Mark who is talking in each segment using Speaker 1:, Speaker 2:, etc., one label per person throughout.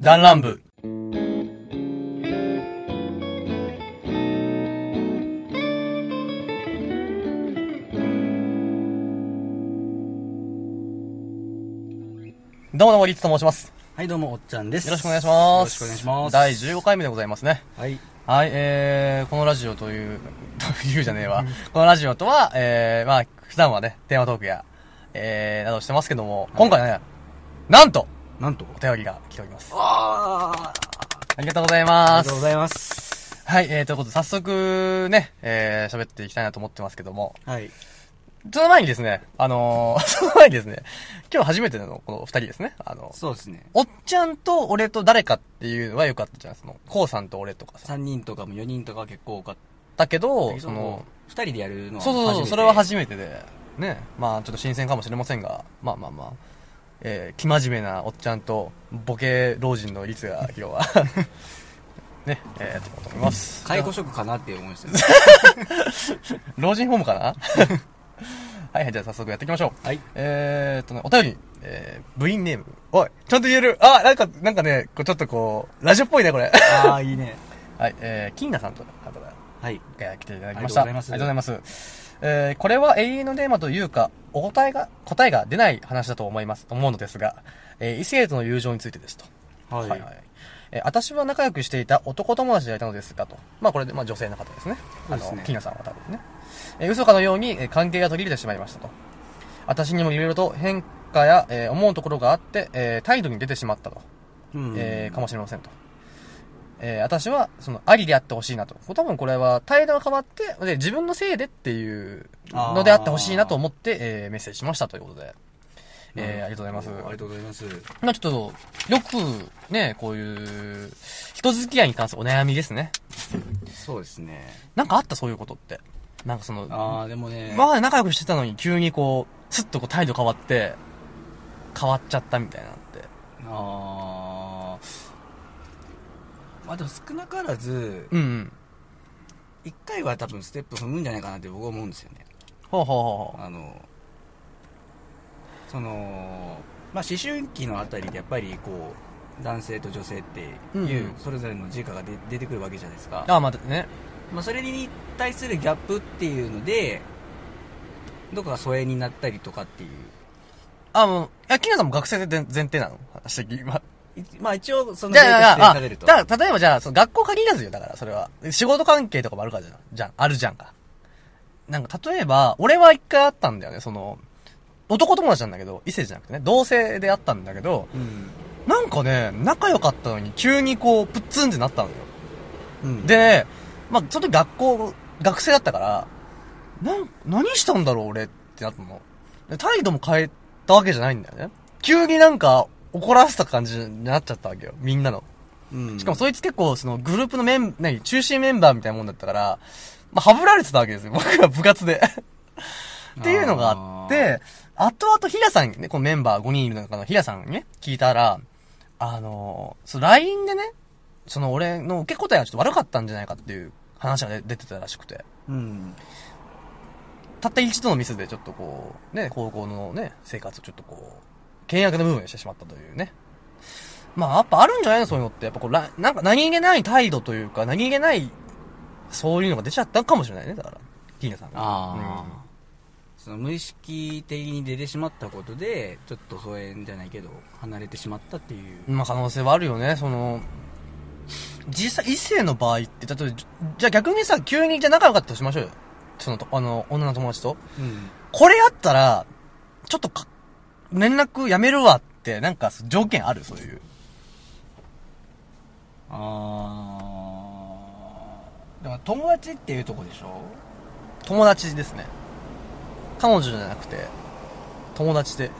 Speaker 1: 弾丸部。どうもどうも、リッツと申します。
Speaker 2: はい、どうも、おっちゃんです。
Speaker 1: よろしくお願いします。
Speaker 2: よろしくお願いします。
Speaker 1: 第15回目でございますね。
Speaker 2: はい。
Speaker 1: はい、えー、このラジオという、 というじゃねえわ。このラジオとは、えー、まあ、普段はね、テーマトークや、えー、などしてますけども、今回ね、なんと、
Speaker 2: なんと。
Speaker 1: お便りが来ております。
Speaker 2: あ
Speaker 1: ありがとうござい
Speaker 2: あり
Speaker 1: ま
Speaker 2: が
Speaker 1: す
Speaker 2: とう。ございます。
Speaker 1: はい、えー、ということで、早速ね、えー、喋っていきたいなと思ってますけども、
Speaker 2: はい。
Speaker 1: その前にですね、あのー、 その前にですね、今日初めてのこの二人ですね、あの、
Speaker 2: そうですね。
Speaker 1: おっちゃんと俺と誰かっていうのは良かったじゃん、その、こうさんと俺とかさ。
Speaker 2: 3人とかも4人とか結構多かっ
Speaker 1: だけ
Speaker 2: たけ
Speaker 1: ど、
Speaker 2: ど。
Speaker 1: その、
Speaker 2: 2人でやるのは
Speaker 1: そう
Speaker 2: 初め
Speaker 1: そう
Speaker 2: て。
Speaker 1: そう、それは初めてで、ね、まあちょっと新鮮かもしれませんが、まあまあまあ、えー、生真面目なおっちゃんと、ボケ老人の率が今日は、 ね、えー、やっていこうと思います。
Speaker 2: 介護職かなって思い ましたね。
Speaker 1: 老人ホームかな はいはい、じゃあ早速やっていきましょう。
Speaker 2: はい。
Speaker 1: えーっとね、お便り、えー、部員ネーム。おい、ちゃんと言える。あ、なんか、なんかね、こうちょっとこう、ラジオっぽいね、これ。
Speaker 2: ああ、いいね。
Speaker 1: はい、えー、金奈さんという方が
Speaker 2: はい。
Speaker 1: えー来ていただきました。
Speaker 2: ありがとうございます
Speaker 1: ありがとうございます。えー、これは永遠のテーマというか、お答えが、答えが出ない話だと思います、思うのですが、えー異性との友情についてですと。
Speaker 2: は
Speaker 1: はい
Speaker 2: い。
Speaker 1: はい。えー私は仲良くしていた男友達がいたのですがと。まあこれで、まあ女性の方ですね。
Speaker 2: そうですね
Speaker 1: あの、金谷さんは多分ね。えー嘘かのように、えー関係が途切れてしまいましたと。私にもいろいろと変化や、えー思うところがあって、えー態度に出てしまったと。
Speaker 2: うん
Speaker 1: えーかもしれませんと。えー私は、その、ありであってほしいなと。多分これは、態度が変わって、で、自分のせいでっていうのであってほしいなと思って、えーメッセージしましたということで。えーありがとうございます。
Speaker 2: ありがとうございます。
Speaker 1: まあちょっと、よく、ね、こういう、人付き合いに関するお悩みですね。
Speaker 2: そうですね。
Speaker 1: なんかあったそういうことって。なんかその、
Speaker 2: ああ、でもね。
Speaker 1: 今まで仲良くしてたのに急にこう、すっとこう態度変わって、変わっちゃったみたいなのって。
Speaker 2: ああ。まあでも少なからず、
Speaker 1: うんうん。
Speaker 2: 1回は多分ステップ踏むんじゃないかなって僕は思うんですよね。
Speaker 1: ほうほうほうほ
Speaker 2: あのその、まあ、思春期のあたりでやっぱりこう男性と女性っていう
Speaker 1: うん
Speaker 2: それぞれの自我が出出てくるわけじゃないですか、
Speaker 1: う。あ、またね。
Speaker 2: まあ、それに対するギャップっていうのでどこか疎遠になったりとかっていう
Speaker 1: あ、もう、いや、キナさんも学生で前前提なの話してきま。
Speaker 2: いまあ一応その
Speaker 1: じゃあ、だから、
Speaker 2: されると
Speaker 1: あだから例えばじゃあ、その学校限らずよ、だから、それは。仕事関係とかもあるからじゃん。じゃん、あるじゃんか。なんか、例えば、俺は一回あったんだよね、その、男友達なんだけど、異性じゃなくてね、同性であったんだけど、
Speaker 2: うん
Speaker 1: なんかね、仲良かったのに、急にこう、プッツンってなったのよ。
Speaker 2: うん
Speaker 1: でね、まあ、その時学校、学生だったから、なん、何したんだろう俺ってなったの。で態度も変えたわけじゃないんだよね。急になんか怒らせた感じになっちゃったわけよ、みんなの。
Speaker 2: うん
Speaker 1: しかもそいつ結構そのグループのメン、何、中心メンバーみたいなもんだったから、まあ、はぶられてたわけですよ、僕 は部活で。っていうのがあって、後々ヒラさんにね、このメンバー5人いる中のヒラさんにね、聞いたら、あのー、その LINE でね、その俺の受け答えがちょっと悪かったんじゃないかっていう話が出出てたらしくて、
Speaker 2: うん
Speaker 1: たった一度のミスでちょっとこう、ね、高校のね、生活をちょっとこう、険悪な部分にしてしまったというね。まあ、やっぱあるんじゃないのそういうのって。やっぱこう、らなんか何気ない態度というか、何気ない、そういうのが出ちゃったかもしれないね、だから。ティーナさんが。
Speaker 2: ああ、その無意識的に出てしまったことでちょっと疎遠じゃないけど離れてしまったっていう
Speaker 1: まあ可能性はあるよね、その、実際異性の場合って、例えば、じじゃあ逆にさ、急にじゃあ仲良かったとしましょうよ。そのと、あの、女の友達と。
Speaker 2: うん
Speaker 1: これやったら、ちょっとか、連絡やめるわって、なんか条件あるそういう。
Speaker 2: あーだから友達っていうとこでしょ
Speaker 1: 友達ですね。彼女じゃなくて、友達で。だ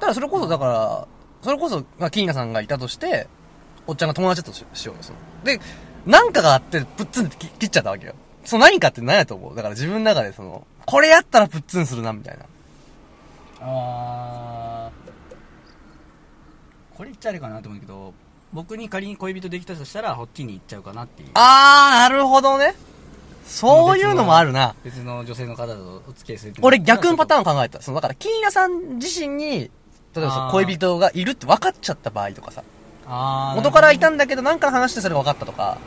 Speaker 1: からそれこそ、だから、それこそ、まあ、キーナさんがいたとして、おっちゃんが友達だとししようよ、その。で、なんかがあって、プッツンって切切っちゃったわけよ。その何かって何やと思うだから自分の中でその、これやったらプッツンするな、みたいな。
Speaker 2: あーこれ言っちゃあれかなと思うけど僕に仮に恋人できたとしたらこっちに行っちゃうかなっていう
Speaker 1: あー、なるほどね。そういうのもあるな。
Speaker 2: 別の女性の方とお付き合いする
Speaker 1: 俺逆のパタ
Speaker 2: ーン
Speaker 1: ーンを考えた。その、だから、キーナさん自身に、例えばそ
Speaker 2: あ
Speaker 1: う
Speaker 2: ー
Speaker 1: 恋人がいるって分かっちゃった場合とかさ、
Speaker 2: あー
Speaker 1: 元からいたんだけど、なんかの話でそれが分かったとか、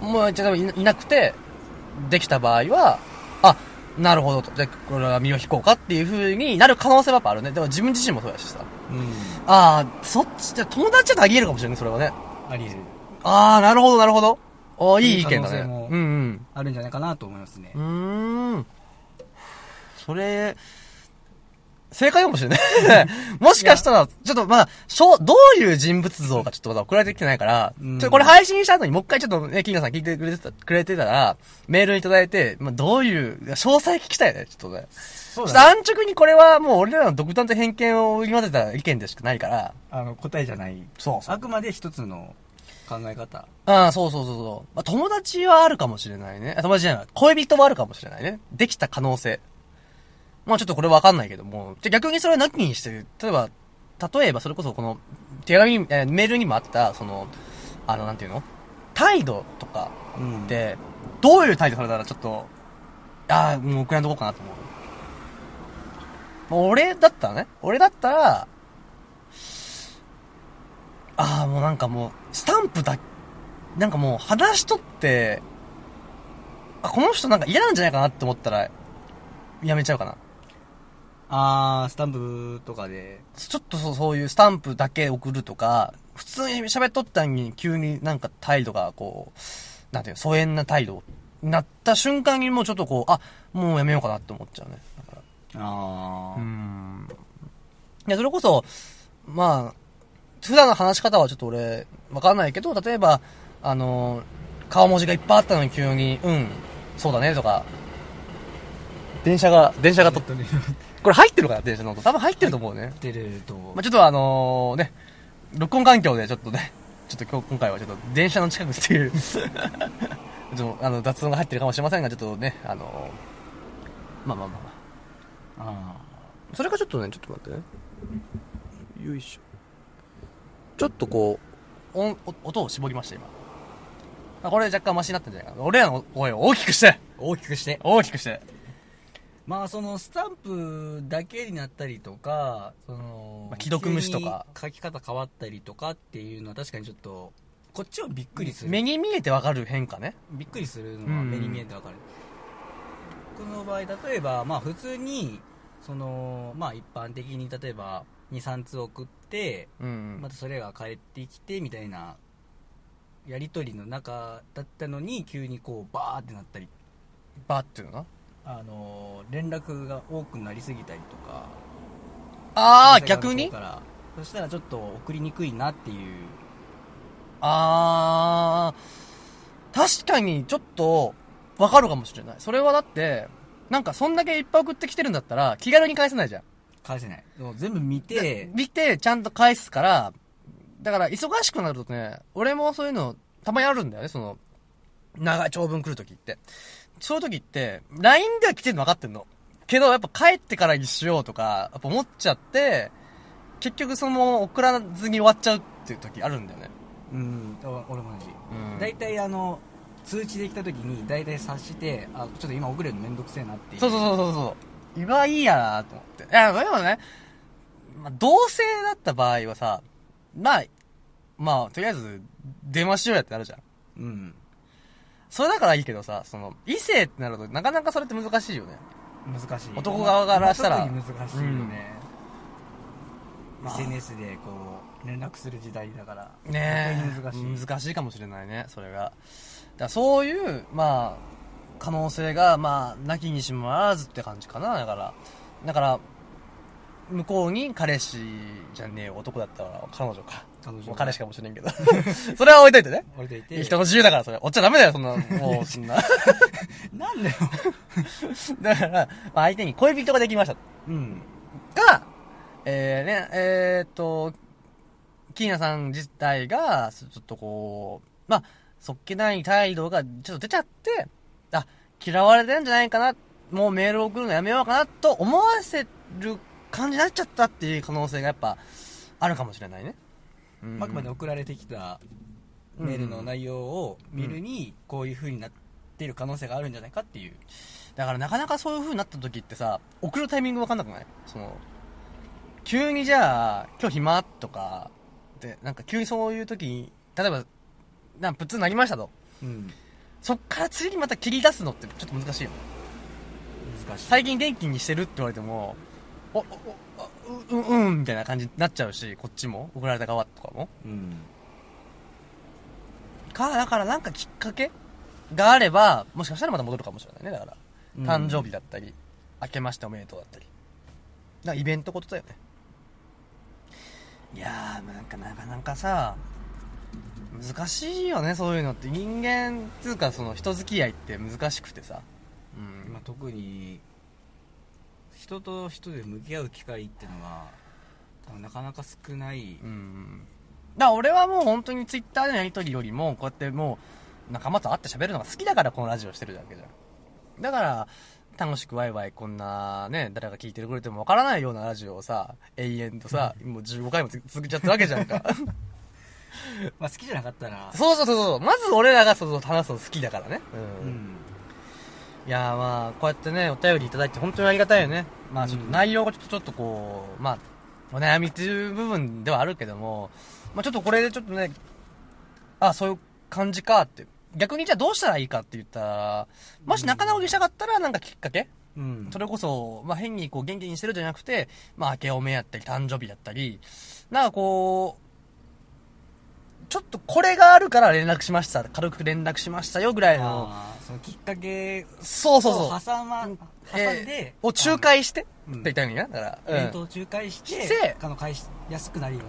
Speaker 1: もう、じゃあいないなくて、できた場合は、あ、なるほどと。じゃあ、これは身を引こうかっていう風になる可能性はやっぱあるね。でも自分自身もそうだしさ。
Speaker 2: うん
Speaker 1: ああ、そっち、じゃあ友達だとあり得るかもしれない、それはね。
Speaker 2: あり得る
Speaker 1: ああ、なるほど、なるほど。ああ、いい意
Speaker 2: ってい
Speaker 1: 見
Speaker 2: う可
Speaker 1: だ
Speaker 2: 能
Speaker 1: ね
Speaker 2: 性も。
Speaker 1: うんうん。
Speaker 2: あるんじゃないかなと思いますね
Speaker 1: うーん。それ、正解かもしれない。 もしかしたら、ちょっとまあ、しょどういう人物像がちょっとまだ送られてきてないから、
Speaker 2: うん
Speaker 1: ちょこれ配信した後にもう一回ちょっとね、金田さん聞いてくれてた、くれてたら、メールいただいて、まあどういう、詳細聞きたいね、ちょっとね。
Speaker 2: そ
Speaker 1: ちょっと安直にこれはもう俺らの独断と偏見を織り交ぜた意見でしかないから、
Speaker 2: あの答えじゃない
Speaker 1: そうそう
Speaker 2: あくまで一つの考え方
Speaker 1: ああ、そうそうそうそう。まあ、友達はあるかもしれないね。あ友達じゃない。恋人はあるかもしれないね。できた可能性。まあちょっとこれわかんないけども。じゃあ逆にそれはなきにして、例えば、例えばそれこそこの、手紙、えーメールにもあった、その、あの、なんていうの態度とか
Speaker 2: うん
Speaker 1: って、どういう態度されたらちょっと、ああ、もう送らんとこうかなと思う。まあ俺だったらね。俺だったら、ああ、もうなんかもう、スタンプだ、なんかもう話しとって、あ、この人なんか嫌なんじゃないかなって思ったら、やめちゃうかな。
Speaker 2: ああスタンプとかで
Speaker 1: ちょっとそうそういうスタンプだけ送るとか、普通に喋っとったのに急になんか態度がこう、なんていうの、疎遠な態度になった瞬間にもうちょっとこう、あ、もうやめようかなって思っちゃうね。だから
Speaker 2: ああ、
Speaker 1: うん。いや、それこそ、まあ、普段の話し方はちょっと俺、わかんないけど、例えば、あの、顔文字がいっぱいあったのに急に、うん、そうだね、とか、電車が、電車がと、
Speaker 2: とね
Speaker 1: これ入ってるかな、電車の音。多分入ってると思うね。
Speaker 2: 出ると
Speaker 1: まあちょっとあのね、録音環境でちょっとね、ちょっと今日、今回はちょっと電車の近くっていう、 ちょっとあの、雑音が入ってるかもしれませんが、ちょっとね、あのまあまあまあまあ。
Speaker 2: あ
Speaker 1: それがちょっとね、ちょっと待ってね。よいしょ。ちょっとこう、音、お音を絞りました、今。あこれ若干マシになったんじゃないかな。俺らの声を大きくして
Speaker 2: ー大きくして
Speaker 1: 大きくして
Speaker 2: まあそのスタンプだけになったりとかその、
Speaker 1: まあ既読無視とか
Speaker 2: 急に書き方変わったりとかっていうのは確かにちょっとこっちはびっくりする
Speaker 1: 目に見えてわかる変化ね。
Speaker 2: びっくりするの
Speaker 1: うんう
Speaker 2: は
Speaker 1: ん
Speaker 2: 目に見えてわかる、僕の場合例えばまあ普通にそのまあ一般的に例えば23通送って
Speaker 1: うん。
Speaker 2: またそれが返ってきてみたいなやり取りの中だったのに急にこうバーってなったり
Speaker 1: バーっていうのな。
Speaker 2: あの連絡が多くなりすぎたりとか
Speaker 1: あー、
Speaker 2: 女性側
Speaker 1: 逆
Speaker 2: の方
Speaker 1: に
Speaker 2: からそしたらちょっと送りにくいなっていう
Speaker 1: あー、確かにちょっと、わかるかもしれない。それはだって、なんかそんだけいっぱい送ってきてるんだったら、気軽に返せないじゃん。
Speaker 2: 返せないもう全部見て
Speaker 1: 見て、ちゃんと返すから、だから忙しくなるとね、俺もそういうの、たまにあるんだよね、その、長い長文来るときって。そういうときって、LINE では来てるの分かってんの。けど、やっぱ帰ってからにしようとか、やっぱ思っちゃって、結局そのまま送らずに終わっちゃうっていうときあるんだよね。
Speaker 2: うんお俺も同じ
Speaker 1: うん
Speaker 2: 大体あの通知できた時に大体察してあちょっと今遅れるのめんどくせえなっていう
Speaker 1: そうそうそうそうそう。今いいやなと思って。いや、でもね、まあ、同性だった場合はさ、まあ、まあ、とりあえず、電話しようやってなるじゃん。
Speaker 2: ううん
Speaker 1: それだからいいけどさ、その、異性ってなると、なかなかそれって難しいよね。
Speaker 2: 難しい
Speaker 1: 男側からしたら
Speaker 2: まあ特に難しいよね、
Speaker 1: うんまあ
Speaker 2: SNS でこう連絡する時代だから
Speaker 1: ねえ。
Speaker 2: 本当に難しい
Speaker 1: 難しいかもしれないね、それが。だからそういう、まあ、可能性が、まあ、なきにしもあらずって感じかな、だから。だから、向こうに彼氏じゃねえよ、男だったら彼女か。
Speaker 2: 彼 女
Speaker 1: もう彼氏かもしれんけど。それは置いといてね。
Speaker 2: 俺といて
Speaker 1: 人の自由だから、それ。おっちゃダメだよ、そんな、もう、そ んな。
Speaker 2: なんだよ
Speaker 1: だから、まあ、相手に恋人ができました。
Speaker 2: うん
Speaker 1: が、えー、ね、えー、っと、キーナさん自体が、そちょっとこう、まあ、そっけない態度がちょっと出ちゃって、あ、嫌われてるんじゃないかな、もうメール送るのやめようかな、と思わせる感じになっちゃったっていう可能性がやっぱ、あるかもしれないね。うん
Speaker 2: あくまで送られてきたメールの内容を見るにこういう風になってる可能性があるんじゃないかっていう
Speaker 1: だからなかなかそういう風になった時ってさ、送るタイミングわかんなくないその、急にじゃあ、今日暇とか、で、なんか急にそういう時に、例えば、なんかプツンなりましたと。
Speaker 2: うん。
Speaker 1: そっから次にまた切り出すのってちょっと難しいよ。
Speaker 2: 難しい。
Speaker 1: 最近電気にしてるって言われても、お、お、お、う、うん、うん、みたいな感じになっちゃうし、こっちも、送られた側とかも。
Speaker 2: うん。
Speaker 1: か、だからなんかきっかけがあれば、もしかしたらまた戻るかもしれないね、だから。誕生日だったり、明けましておめでとうだったり。なんかイベントことだよね。いやー、まあなんかなかなかさ、難しいよね、そういうのって。人間、つうかその人付き合いって難しくてさ。うん
Speaker 2: まあ、。特に人と人で向き合う機会ってのは多分なかなか少ない、
Speaker 1: うん。だから俺はもう本当にツイッターでのやりとりよりも、こうやってもう仲間と会って喋るのが好きだからこのラジオしてるわけじゃん。だから、楽しくワイワイこんなね、誰が聞いてくれてもわからないようなラジオをさ、永遠とさ、もう15回もつ続けちゃったわけじゃんか。
Speaker 2: まあ、好きじゃなかったら
Speaker 1: そうそうそうそう。まず俺らがその話すの好きだからね。う。
Speaker 2: うんん
Speaker 1: いやーまあ、こうやってね、お便りいただいて本当にありがたいよね。まあちょっと
Speaker 2: うん
Speaker 1: 内容がちょっとちょっとこう、まあ、お悩みっていう部分ではあるけども、まあちょっとこれでちょっとね、あ、そういう感じかって。逆にじゃあどうしたらいいかって言ったら、もし仲直りしたかったらなんかきっかけ、
Speaker 2: うん
Speaker 1: それこそ、まあ、変にこう元気にしてるじゃなくて、まあ、明けおめやったり、誕生日だったり、なんかこう、ちょっとこれがあるから連絡しました。軽く連絡しましたよぐらいの。
Speaker 2: あーそのきっかけ
Speaker 1: そうそうそう。
Speaker 2: を挟,、ま、挟んで
Speaker 1: え、ーを仲介して、
Speaker 2: うん
Speaker 1: って言ったらいいんだな。だ
Speaker 2: あ
Speaker 1: から、う
Speaker 2: の
Speaker 1: ん
Speaker 2: イベントを仲介して
Speaker 1: して
Speaker 2: あの返しやすくなるよ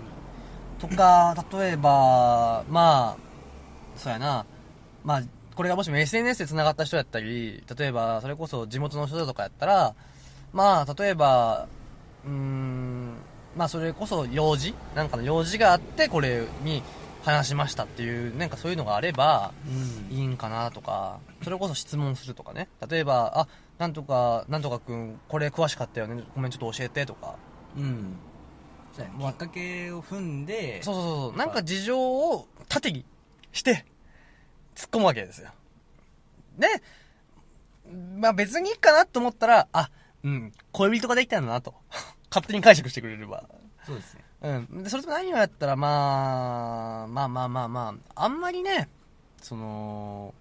Speaker 2: うに
Speaker 1: とか、例えば、まあ、そうやな、まあ、これがもしも SNS で繋がった人だったり、例えば、それこそ地元の人だとかやったら、まあ、例えば、うーん、まあ、それこそ用事なんかの用事があって、これに話しましたっていう、なんかそういうのがあれば、いいんかなとか、それこそ質問するとかね。例えば、あ、なんとか、なんとかくん、これ詳しかったよね。ごめん、ちょっと教えてとか。
Speaker 2: うん、うんそうやねきっかけを踏んで
Speaker 1: そうそうそうそう。なんか事情を縦にして、突っ込むわけですよ。で、まあ別にいいかなと思ったら、あ、うん、恋人ができたんだなと。 勝手に解釈してくれれば。
Speaker 2: そうですね
Speaker 1: うん。で、それと何をやったら、まあ、まあまあまあまあ、あんまりね、その、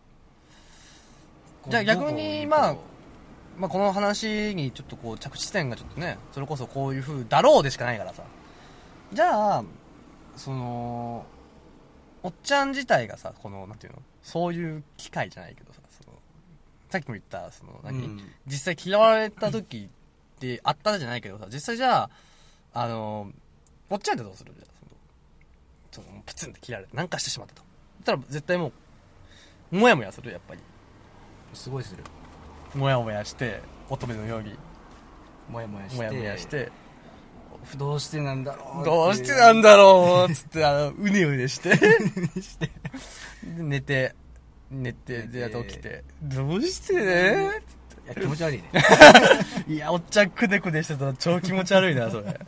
Speaker 1: じゃあ逆にまあまあこの話にちょっとこう着地点がちょっとね、それこそこういう風だろうでしかないからさ。じゃあ、その、おっちゃん自体がさ、この、なんていうのそういう機会じゃないけどさ、その、さっきも言った、その、何、
Speaker 2: うん
Speaker 1: 実際嫌われた時ってあったじゃないけどさ、実際じゃあ、あの、おっちゃんってどうするじゃあその、そのプツンって切られて、なんかしてしまったと。そしたら絶対もう、もやもやする、やっぱり。
Speaker 2: すごいする
Speaker 1: もやもやして、乙女のように、
Speaker 2: もやもやして
Speaker 1: もやもやして、
Speaker 2: どうしてなんだろう
Speaker 1: どうしてなん
Speaker 2: だ
Speaker 1: だろうっつって、あの、うねうねして。で寝て、寝て、
Speaker 2: 寝て
Speaker 1: で、あと起きて、どうしてね
Speaker 2: いや気持ち悪いね
Speaker 1: いや、おっちゃんくねくねしてたら超気持ち悪いな、それ。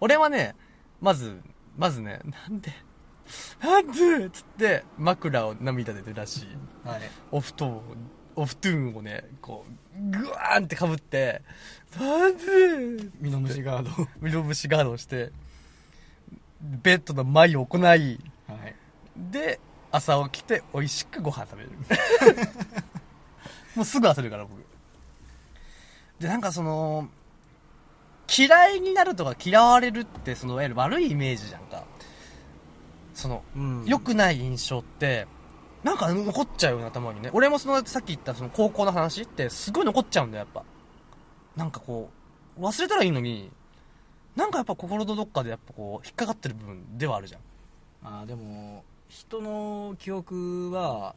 Speaker 1: 俺はね、まず、まずね、なんで、なんでっつって、枕を涙で出だし、
Speaker 2: はい
Speaker 1: お布団を、お布団をね、こう、ぐわーんって被って、なんで
Speaker 2: ミノムシガード
Speaker 1: 無料虫ガードをして、ベッドの前を行い、
Speaker 2: はい
Speaker 1: で、朝起きて美味しくご飯食べる。 もうすぐ焦るから、僕。で、なんかその、嫌いになるとか嫌われるって、その、いわゆる悪いイメージじゃんか。その、
Speaker 2: うん
Speaker 1: 良くない印象って、なんか残っちゃうよね、頭にね。俺もその、さっき言ったその高校の話って、すごい残っちゃうんだよ、やっぱ。なんかこう、忘れたらいいのに、なんかやっぱ心のどっかでやっぱこう、引っかかってる部分ではあるじゃん。
Speaker 2: あーでも人の記憶は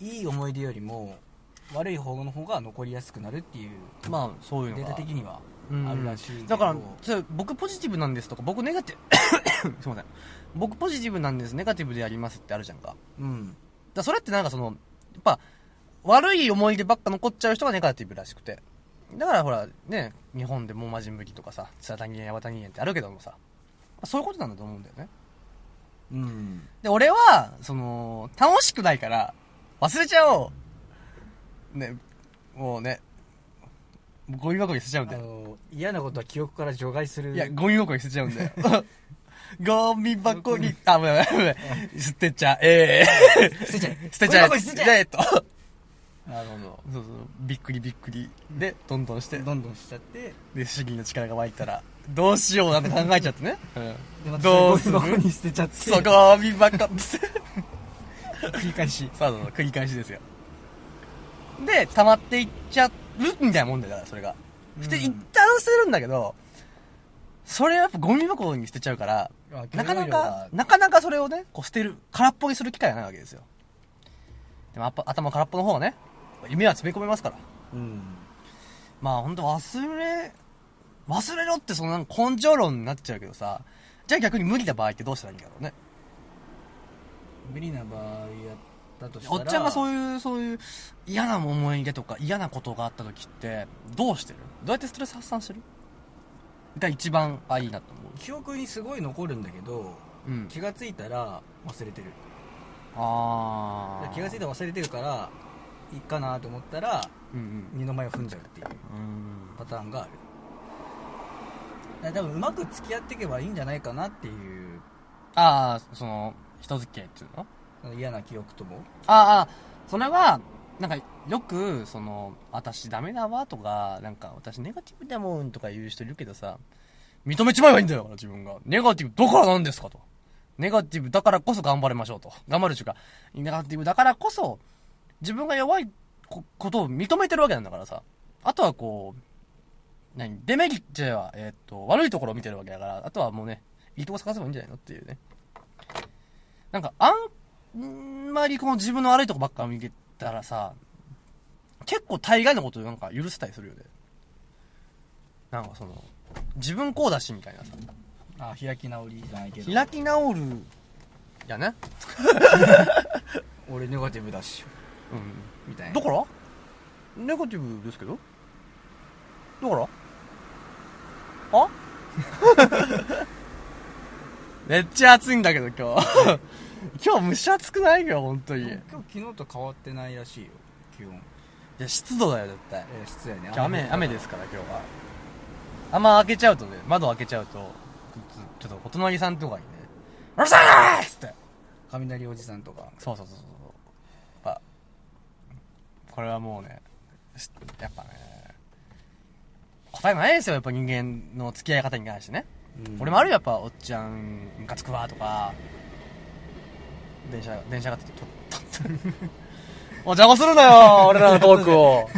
Speaker 2: いい思い出よりも悪い方の方が残りやすくなるっていう
Speaker 1: まあ、そういう
Speaker 2: デ
Speaker 1: のが。
Speaker 2: ータ的には
Speaker 1: うん
Speaker 2: あるらしいけど
Speaker 1: だからそれ僕ポジティブなんですとか僕ネガティブ すいません僕ポジティブなんですネガティブでやりますってあるじゃんかだか
Speaker 2: うん
Speaker 1: らそれってなんかそのやっぱ悪い思い出ばっか残っちゃう人がネガティブらしくてだからほらね日本でもマジンブギとかさツラタニエヤバタニエってあるけどもさそういうことなんだと思うんだよね
Speaker 2: うん
Speaker 1: で俺はその楽しくないから忘れちゃおうねもうねゴミ箱に捨てちゃうん
Speaker 2: あ
Speaker 1: で。
Speaker 2: の嫌なことは記憶から除外する
Speaker 1: いや、ゴミ箱に捨てちゃうんだよ。 ゴミ箱に、あ、ごめんごめんごめん。捨てちゃえ。
Speaker 2: 捨てちゃえ
Speaker 1: 捨てちゃえ。
Speaker 2: ゴミ箱に捨てちゃえ
Speaker 1: えと。そう
Speaker 2: なるほど
Speaker 1: そう。びっくりびっくり。で、どんどんして、
Speaker 2: どんどんしちゃって
Speaker 1: で、主義の力が湧いたら、どうしようなんて考えちゃって ね。
Speaker 2: でまた
Speaker 1: どうする
Speaker 2: それゴミ箱に捨てちゃって
Speaker 1: そこゴミ箱 って。
Speaker 2: 繰り返し
Speaker 1: そうそうそう、繰り返しですよ。で、溜まっていっちゃうみたいなもんだよ、だからそれが。
Speaker 2: うん
Speaker 1: で、一旦捨てるんだけど、それはやっぱゴミ箱に捨てちゃうから、
Speaker 2: あ
Speaker 1: なかな
Speaker 2: 許容量
Speaker 1: か
Speaker 2: が、
Speaker 1: なかなかそれをね、こう捨てる、空っぽにする機会がないわけですよ。でもやっぱ頭空っぽの方がね、夢は詰め込めますから。
Speaker 2: うん
Speaker 1: まあ本当忘れ、忘れろってそのなんか根性論になっちゃうけどさ、じゃあ逆に無理な場合ってどうしたらいいんだろうね。
Speaker 2: 無理な場合やったとした
Speaker 1: お
Speaker 2: ら
Speaker 1: っちゃんがそう
Speaker 2: う
Speaker 1: いう、そういう嫌な思い出とか嫌なことがあった時って、どうしてるどうやってストレス発散してるが一番、あ、いいなと思
Speaker 2: 記憶にすごい残るんだけど
Speaker 1: う。うん。
Speaker 2: 気がついたら忘れてる
Speaker 1: あー。
Speaker 2: 気がついたら忘れてるからいいかなと思ったら
Speaker 1: うんうん。
Speaker 2: 二の舞を踏んじゃうっていう
Speaker 1: うん。
Speaker 2: パターンがあるだから多分うまく付き合っていけばいいんじゃないかなっていう
Speaker 1: あー、その、人付き合いっていうの
Speaker 2: その嫌な記憶とも
Speaker 1: あーあー、それは、なんか、よく、その、私ダメだわとか、なんか、私ネガティブだもんとか言う人いるけどさ、認めちまえばいいんだよ、自分が。ネガティブ、だからなんですかと。ネガティブだからこそ頑張りましょうと。頑張るというか、ネガティブだからこそ、自分が弱いこことを認めてるわけなんだからさ。あとはこう、何デメリットは、えーっと、悪いところを見てるわけだから、あとはもうね、いいとこ探せばいいんじゃないのっていうね。なんか、あん、んまりこの自分の悪いとこばっか見てたらさ、結構大概のことなんか許せたりするよね。なんかその、自分こうだしみたいなさ。
Speaker 2: あ開き直りじゃないけど
Speaker 1: 開き直る、やね。
Speaker 2: 俺ネガティブだし
Speaker 1: う
Speaker 2: みたい
Speaker 1: ん。
Speaker 2: な
Speaker 1: だからネガティブですけどだからあめっちゃ暑いんだけど今日。 今日蒸し暑くないよ、本当に。い
Speaker 2: 今日今日昨日と変わってないらしいよ気温
Speaker 1: や、湿度だよ、絶対。
Speaker 2: えー、失礼ね
Speaker 1: 今日雨、雨ですから、今日は。あんま開けちゃうとね、窓開けちゃうと、ちょっとお隣さんとかにね、うるさいっつって。
Speaker 2: 雷おじさんとか
Speaker 1: そうそうそうそう。やっぱ、これはもうね、しやっぱね、答えないですよ、やっぱ人間の付き合い方に関してね。
Speaker 2: うん
Speaker 1: 俺もあるよ、やっぱ、おっちゃん、ムカつくわ、とか、電車、電車がって、と、と、 お邪魔するなよ、俺らのトークを。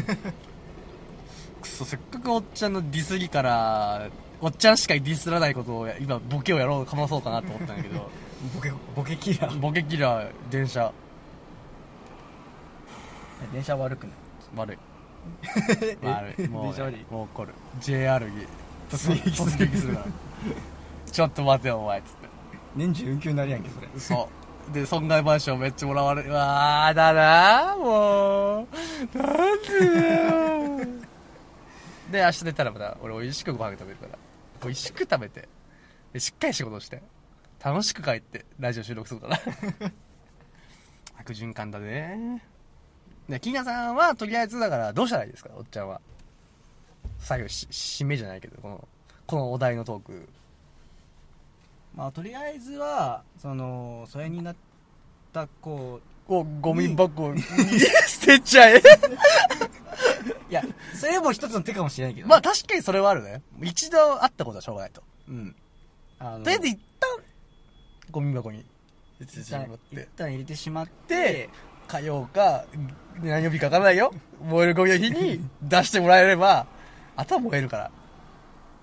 Speaker 1: くそ、せっかくおっちゃんのディスりから、おっちゃんしかディスらないことを、今、ボケをやろう、かまそうかなと思ったんだけ ど、
Speaker 2: ボケボケ キラー
Speaker 1: ボケキラー、電車、
Speaker 2: 電車悪くない
Speaker 1: 悪い。
Speaker 2: え
Speaker 1: 悪い。もう、
Speaker 2: 電 車悪い
Speaker 1: もう怒る。JR に、突撃する。から。ちょっと待てよ、お前、つって。
Speaker 2: 年中運休になりやんけそれ
Speaker 1: そう。で、損害賠償めっちゃもらわれ、うわーだなーもう。なんでだよ。で、明日出たらまた、俺美味しくご飯食べるから。美味しく食べて。で、しっかり仕事して。楽しく帰って、ラジオ収録するから。悪循環だね。で、キーナさんは、とりあえずだから、どうしたらいいですか、おっちゃんは。最後、し、締めじゃないけど、この、このお題のトーク。
Speaker 2: まあとりあえずはその疎遠になった子
Speaker 1: お、ゴミ箱に捨てちゃえ。
Speaker 2: いやそれも一つの手かもしれないけどね、
Speaker 1: まあ確かにそれはあるね。一度会ったことはしょうがないと。
Speaker 2: うんあの
Speaker 1: とりあえず一旦、ゴミ箱に、
Speaker 2: 一
Speaker 1: 持
Speaker 2: 旦
Speaker 1: っ
Speaker 2: 一
Speaker 1: て、
Speaker 2: 旦入れてしまって
Speaker 1: で火曜か、何曜日かわからないよ。燃えるゴミの日 に出してもらえれば、あとは燃えるから。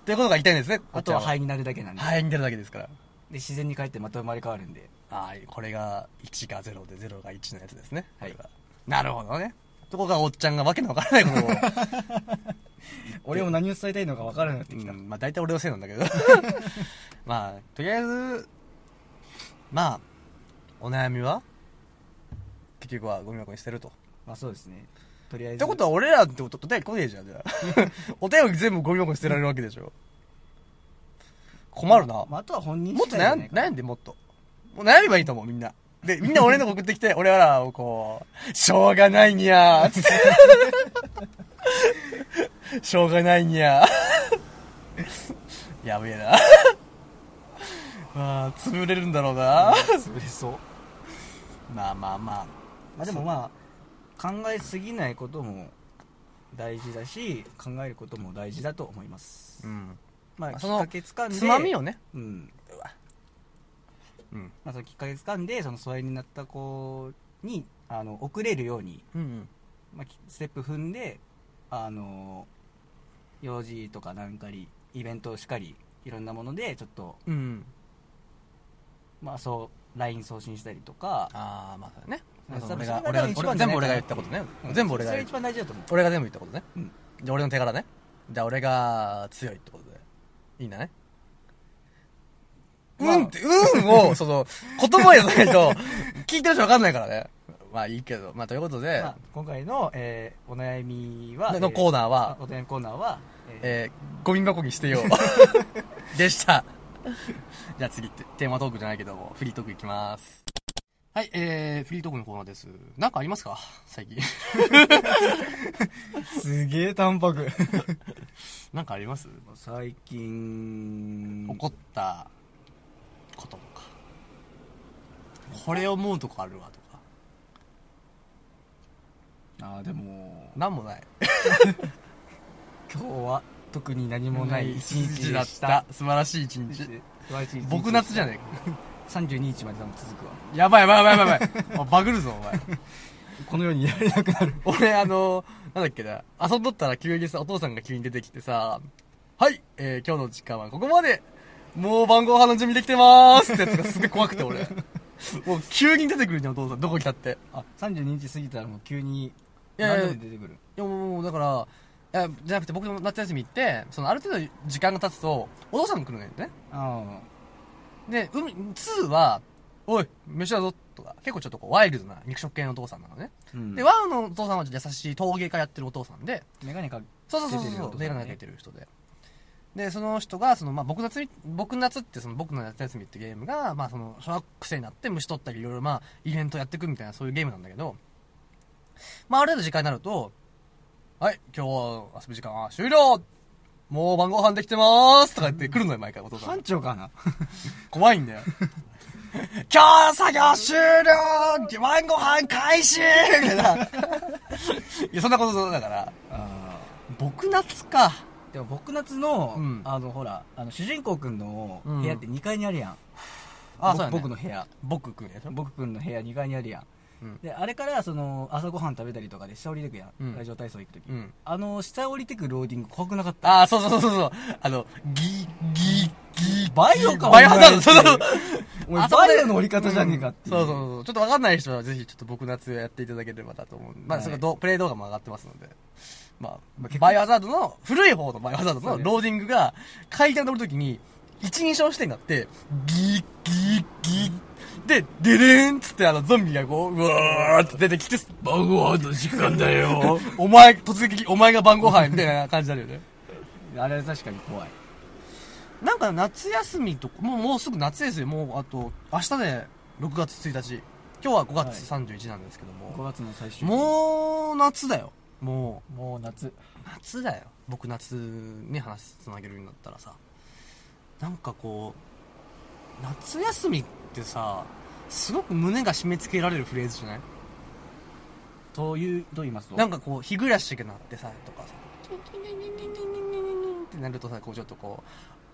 Speaker 1: ということが言いたいんですね。
Speaker 2: あとは
Speaker 1: い。
Speaker 2: 灰になるだけなんで,、
Speaker 1: 灰に出るだけですから。
Speaker 2: で自然に帰ってまた生まれ変わるんで
Speaker 1: はい。これが1が0で0が1のやつですね。
Speaker 2: はい
Speaker 1: これなるほどね。とこがおっちゃんがわけのわからないことを。
Speaker 2: 俺も何を伝えたいのか分からなくなってきた、
Speaker 1: うん、まあ大体俺のせいなんだけどまあとりあえずまあお悩みは結局はゴミ箱に捨てると
Speaker 2: まあそうですねとりあえず
Speaker 1: ってことは俺らってことお便り来ねえじゃんじゃあお便り全部ゴミ箱に捨てられるわけでしょ困るな、
Speaker 2: まあ、あとは本人
Speaker 1: もっと
Speaker 2: 次
Speaker 1: 悩
Speaker 2: 第じゃなんいかな
Speaker 1: 悩んでもっともう悩めばいいと思うみんなでみん な俺のとこ送ってきて俺らをこうしょうがないにゃーっつって しょうがないんや。 やべえな。まあ、潰れるんだろうな。
Speaker 2: 潰れそう
Speaker 1: まあまあまあ。
Speaker 2: まあ、でもまあ考えすぎないことも大事だし考えることも大事だと思います、
Speaker 1: うん。
Speaker 2: まあ、き
Speaker 1: そ
Speaker 2: っ
Speaker 1: の
Speaker 2: かけつかんで
Speaker 1: つまみをね。
Speaker 2: うん
Speaker 1: うん。
Speaker 2: まあ、そのきっかけつかんでその疎遠になった子にあの送れるように、
Speaker 1: うんうん。
Speaker 2: まあ、きステップ踏んであの用事とかなんかにイベントしかりいろんなものでちょっと、
Speaker 1: うん。
Speaker 2: まあ、そう LINE 送信したりとか、
Speaker 1: ああ、まあそうだね。
Speaker 2: うん
Speaker 1: それが
Speaker 2: そ
Speaker 1: 俺
Speaker 2: れが
Speaker 1: が
Speaker 2: 多分一
Speaker 1: 俺が
Speaker 2: 番じゃ
Speaker 1: 全
Speaker 2: な
Speaker 1: 部
Speaker 2: い
Speaker 1: 俺
Speaker 2: か
Speaker 1: が言ったこ
Speaker 2: な
Speaker 1: とね。
Speaker 2: うん
Speaker 1: 全部俺が
Speaker 2: それ
Speaker 1: 言っ
Speaker 2: 一番大事だと思う
Speaker 1: 俺が全部言ったことね。
Speaker 2: うん
Speaker 1: じゃあ俺の手柄ね。じゃあ俺が強いってことで。いいんだね。
Speaker 2: ま あ
Speaker 1: うんって、うんを、その、言葉にさないと、聞いてる人わかんないからね。まあいいけど。まあということで
Speaker 2: ま、あ、今回の、えーお悩みは
Speaker 1: のコー
Speaker 2: ナー
Speaker 1: ナーは、
Speaker 2: お悩みコーナーは、え
Speaker 1: えーゴミ箱にしてよ う。でした。じゃあ次、テテーマトークじゃないけども、フリートークいきます。はい、えー、フリートークのコーナーです。なんかありますか最近。
Speaker 2: ーすげえ淡 白
Speaker 1: なんかあります
Speaker 2: 最近
Speaker 1: 怒ったこととか。これ思うとこあるわとか。
Speaker 2: あーでも
Speaker 1: なんもない。
Speaker 2: 今日は特に何もない一日
Speaker 1: だ
Speaker 2: で
Speaker 1: っ
Speaker 2: した
Speaker 1: た。 素晴らしい一日。僕
Speaker 2: 僕
Speaker 1: 夏じゃ
Speaker 2: ない
Speaker 1: ねえか。
Speaker 2: 32日まで多分続くわ
Speaker 1: やばいやばいやばいやばい。 おバグるぞ、お前。
Speaker 2: この世にやれなくなる
Speaker 1: 俺、あの、なんだっけな、遊んどったら急にさ、お父さんが急に出てきてさ、はい、えー、今日の時間はここまで、もう晩ご飯の準備できてまーすってやつがすげえ怖くて、俺。 もう急に出てくるじゃん、お父さん。どこ来たって。
Speaker 2: あ32日過ぎたらもう急に
Speaker 1: いやいや
Speaker 2: 何でも出てくる
Speaker 1: いや、もう、だから、いや、じゃなくて僕も夏休み行って、その、ある程度時間が経つと、お父さんが来るのよね。
Speaker 2: あ
Speaker 1: で、海、2は、おい、飯だぞ、とか、結構ちょっとこう、ワイルドな肉食系のお父さんなのね。
Speaker 2: あ、うん、
Speaker 1: で、1のお父さんはちょっと優しい陶芸家やってるお父さんで、
Speaker 2: メガネか
Speaker 1: そうそうそう
Speaker 2: 出てる
Speaker 1: そ
Speaker 2: お
Speaker 1: う
Speaker 2: 父さん
Speaker 1: メガ
Speaker 2: ね
Speaker 1: ネかけてる人ででその人がその、まあ、僕夏み僕夏ってその僕の夏休みってゲームが、まあ、その小学生になって虫取ったりいろいろまあイベントやっていくみたいなそういうゲームなんだけど、まあ、ある程度時間になると「はい今日は遊ぶ時間は終了もう晩ご飯できてます」とか言って来るのよ毎回お父さん
Speaker 2: 班長かな
Speaker 1: 怖いんだよ 今日作業終了晩ご飯開始みたいないやそんなことだから
Speaker 2: あ
Speaker 1: 僕夏か
Speaker 2: ーでも僕夏の、
Speaker 1: うん
Speaker 2: あのほらあの主人公くんの部屋って2階にあるやん、
Speaker 1: あ
Speaker 2: ぼ
Speaker 1: そうだね
Speaker 2: 僕の部屋
Speaker 1: 僕くんやでしょ
Speaker 2: 僕くんの部屋2階にあるやん、
Speaker 1: うん
Speaker 2: であれからその朝ごはん食べたりとかで下降りてくやん、
Speaker 1: うん
Speaker 2: ラジオ体操行く時、
Speaker 1: うん。
Speaker 2: あの下降りてくローディング怖くなかった
Speaker 1: ああ、そうそうそうそう。あの、ギギギ
Speaker 2: バイオか
Speaker 1: バイオハザード。
Speaker 2: お前
Speaker 1: そうそうそう。
Speaker 2: お前
Speaker 1: あそこで
Speaker 2: バイオの折り方じゃねえかってい
Speaker 1: んそうそうそう。ちょっとわかんない人はぜひちょっと僕夏をやっていただければだと思う。まあ、
Speaker 2: はい
Speaker 1: それどプレイ動画も上がってますので。ま
Speaker 2: まあ
Speaker 1: あ、
Speaker 2: 結構
Speaker 1: バイオハザードの、古い方のバイオハザード
Speaker 2: そう
Speaker 1: の
Speaker 2: ね
Speaker 1: ローディングが、階段乗るときに、一人称視点になって、ギーギーギーで、デレーンっつってあのゾンビがこう、うわーって出てきて、
Speaker 2: 晩ご飯の時間だ よ
Speaker 1: お前、突撃、お前が晩ご飯みたいな感じになるよね。
Speaker 2: あれは確かに怖い
Speaker 1: なんか夏休みとか、もうもうすぐ夏ですよ。もうあと、明日で6月1日。今日は5月31日なんですけど
Speaker 2: 5
Speaker 1: も。
Speaker 2: 月の最終日
Speaker 1: もう夏だよ。も
Speaker 2: うもう夏
Speaker 1: う夏だよ。僕夏に話つなげるようになったらさ。なんかこう、夏休みってさ、すごく胸が締め付けられるフレーズじゃない
Speaker 2: というと言いますと
Speaker 1: なん
Speaker 2: か
Speaker 1: かこう、日暮らしが鳴ってさ、とかさ、ってなるとさ、こうちょっとこう、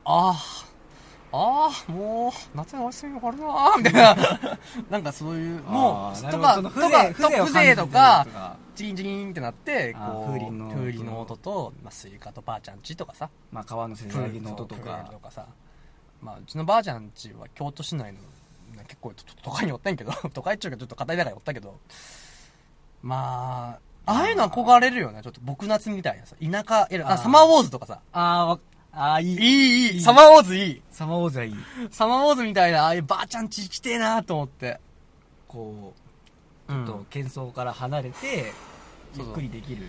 Speaker 1: ああ、ああ、もう、夏の休み終わるなーみたいな、なんかそういう、もう、とか、とか、とか、風情とか、ジリンジリンってなって、
Speaker 2: あー
Speaker 1: こう、
Speaker 2: 風鈴の
Speaker 1: 風鈴の音と、まあ、スイカとばあちゃんちとかさ、
Speaker 2: まあ川のせせらぎの音と
Speaker 1: プール
Speaker 2: か
Speaker 1: とかさ、まあ、うちのばあちゃんちは京都市内の、ね結構都都会におったんやけど、 都会っちゅうかちょっと片田舎におったけど、まあ、ああいうの憧れるよね、ちょっと僕夏みたいなさ、田舎、いやあ、
Speaker 2: あー
Speaker 1: サマーウォーズとかさ、
Speaker 2: あーわあーい
Speaker 1: い
Speaker 2: い
Speaker 1: い、いい、
Speaker 2: い
Speaker 1: サマーウォーズいい。
Speaker 2: サマーウォーズはいい
Speaker 1: サマーウォーズみたいな、ああいうばあちゃんち行きてえなと思って。
Speaker 2: こう
Speaker 1: う
Speaker 2: ちょっと喧騒から離れて
Speaker 1: そ
Speaker 2: ゆ
Speaker 1: う
Speaker 2: っ
Speaker 1: そう
Speaker 2: くりできる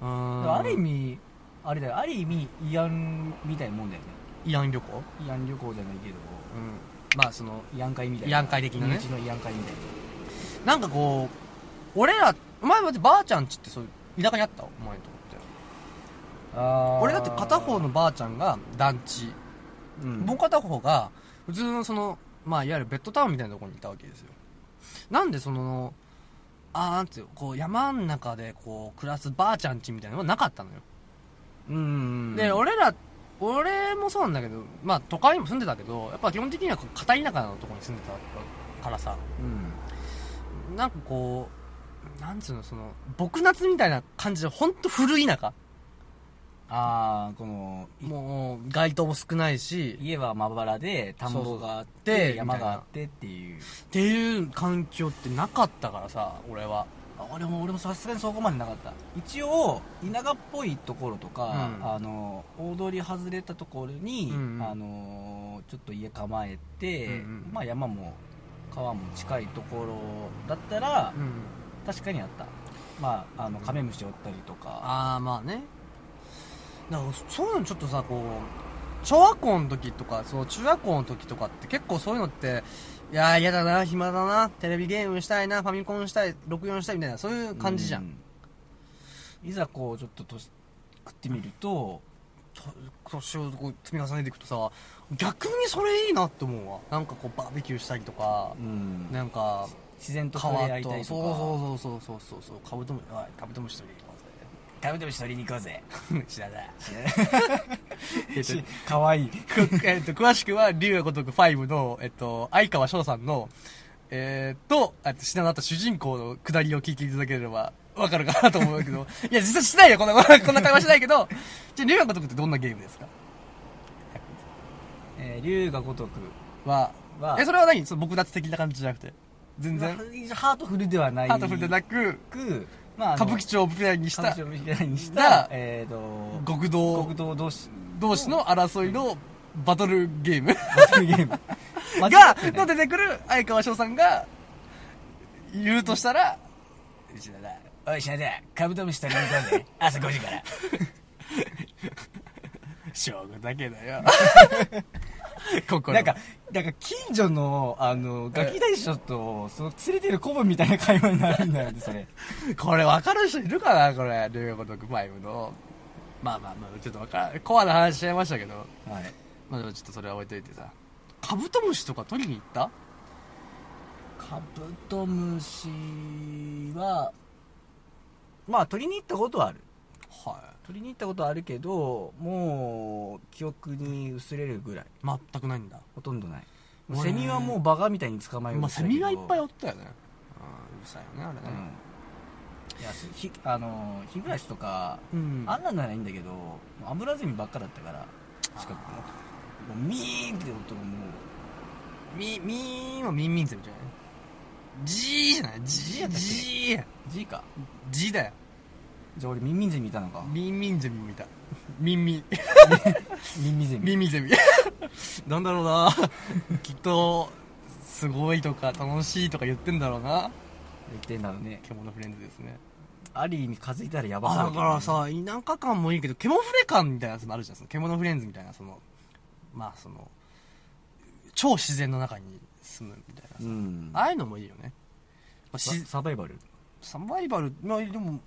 Speaker 2: だから
Speaker 1: あ
Speaker 2: ある意、味あれだよある意味慰安みたいなもんだよね
Speaker 1: 慰安旅行
Speaker 2: 慰安旅行じゃないけど
Speaker 1: うん。まあ、その、
Speaker 2: 慰安会みたい
Speaker 1: 慰
Speaker 2: な
Speaker 1: 安会的なね
Speaker 2: 身内の慰安会みたい
Speaker 1: なんかこう、俺ら、お前だってばあちゃんちってそういう、田舎にあったお前のとこって。
Speaker 2: あー
Speaker 1: 俺だって片方のばあちゃんが団地、
Speaker 2: うん
Speaker 1: もう片方が普通のその、まあ、いわゆるベッドタウンみたいなところにいたわけですよなんでそのあーなんていうのこう山ん中でこう暮らすばあちゃんちみたいなのはなかったのよ、
Speaker 2: うん
Speaker 1: で俺ら俺もそうなんだけど、まあ、都会にも住んでたけどやっぱ基本的にはこう片田舎のところに住んでたからさ
Speaker 2: うん
Speaker 1: なんかこうなんつうのその僕夏みたいな感じで本当古い田舎
Speaker 2: ああこのい
Speaker 1: もう街灯も少ないし
Speaker 2: 家はまばらで田んぼが
Speaker 1: そうそ
Speaker 2: あっ
Speaker 1: う
Speaker 2: て
Speaker 1: で
Speaker 2: 山があってっていう
Speaker 1: っていう環境ってなかったからさ俺は
Speaker 2: あ俺も俺もさすがにそこまでなかった一応田舎っぽいところとか、
Speaker 1: うん
Speaker 2: あの大通り外れたところに、
Speaker 1: うんうん
Speaker 2: あのちょっと家構えて、
Speaker 1: うんうん
Speaker 2: まあ、山も川も近いところだったら、
Speaker 1: ん
Speaker 2: 確かにあったまああのカメムシおったりとか
Speaker 1: ああまあねだからそそういうのちょっとさこう小学校の時とかそう中学校の時とかって結構そういうのっていやー嫌だな暇だなテレビゲームしたいなファミコンしたい64したいみたいなそういう感じじゃん、
Speaker 2: いざこうちょっと年食ってみると
Speaker 1: と年をこう積み重ねていくとさ逆にそれいいなって思うわなんかこうバーベキューしたりとか、
Speaker 2: うん
Speaker 1: なんか
Speaker 2: 自然と触れ合
Speaker 1: 川
Speaker 2: い
Speaker 1: と
Speaker 2: たいとか
Speaker 1: そうそうそうそうそうそうカブトムシおいカブトムシ取りに行こ
Speaker 2: 食べてもし取りに行 こうぜ
Speaker 1: うぜ知らないえっと
Speaker 2: かわいい
Speaker 1: くえっと、詳しくは、竜が如く5の、えっと、相川翔さんの、えーっと、あと、死ななった主人公の下りを聞いていただければ、わかるかなと思うけ ど、いや、実際しないよ、こんな、 こんな会話しないけど、じゃあ、竜が如くってどんなゲームですか
Speaker 2: えー龍が如く
Speaker 1: は、
Speaker 2: は
Speaker 1: え、それは何その僕脱的な感じじゃなくて。全然、
Speaker 2: ハートフルではない
Speaker 1: ハートフルでなく、
Speaker 2: く、まあ、あの
Speaker 1: 歌舞伎町を舞台にした、
Speaker 2: 歌舞伎町にし
Speaker 1: だ
Speaker 2: たえー、と
Speaker 1: 極道
Speaker 2: 極道同 士
Speaker 1: 同士の争いのバトルゲーム。
Speaker 2: バトルゲー ム間違
Speaker 1: が
Speaker 2: って、な
Speaker 1: の
Speaker 2: い
Speaker 1: 出てくる相川翔さんが、言うとしたら、
Speaker 2: 石田だおい石田だカブトムシ取りに行こうぜ朝5時から
Speaker 1: しょうがだけだよ。 心
Speaker 2: なんか、なんか近所の、あの、ガキ大将と、その連れてる子分みたいな会話になるんだよね、そ れ。
Speaker 1: これ分かる人いるかなこれ、留学のマイムの。まあまあまあ、ちょっと分かる。コアな話しちゃいましたけど。
Speaker 2: はい。
Speaker 1: まあでもちょっとそれは置いといてさ。カブトムシとか取りに行った
Speaker 2: カブトムシは、まあ、取りに行ったことはある。
Speaker 1: は
Speaker 2: 取りに行ったことはあるけど、もう、記憶に薄れるぐらい。
Speaker 1: い。全くないんだ。
Speaker 2: ほとんどない。
Speaker 1: 俺
Speaker 2: セミはもうバカみたいに捕まえよう
Speaker 1: まあ
Speaker 2: とした
Speaker 1: セ
Speaker 2: けど
Speaker 1: ミがいっぱいおったよね。うん、うるさいよね、あれ
Speaker 2: うん
Speaker 1: ね。。
Speaker 2: いや、すひ、あの、日暮らしとか、
Speaker 1: うん
Speaker 2: あんなのならいいんだけど、アブラゼミばっかだったから、近くもうミーンって音がもう、
Speaker 1: み、みーんはみんみんゼミじゃないじーじゃないじー、じー。
Speaker 2: G か
Speaker 1: じだよ。
Speaker 2: じゃあ俺ミンミンゼミいたのか
Speaker 1: ミンミンゼミもいた。 ミンミン。
Speaker 2: ミンミンゼ
Speaker 1: ミ
Speaker 2: ミ
Speaker 1: ンミンゼミ。 なんだろう なきっと、すごいとか楽しいとか言ってんだろうな。
Speaker 2: 言ってんだろうね
Speaker 1: 獣フレンズですね。
Speaker 2: ある意味風いたらやば
Speaker 1: あ、
Speaker 2: そう
Speaker 1: だからさ、田舎感もいいけど、獣フレ感みたいなやつもあるじゃん。その獣フレンズみたいな、その、まあその、超自然の中に住むみたいな
Speaker 2: う
Speaker 1: さ。
Speaker 2: ん
Speaker 1: ああいうのもいいよね。まあ
Speaker 2: サ
Speaker 1: し
Speaker 2: サバイバル
Speaker 1: サバイバル、まあ、でも、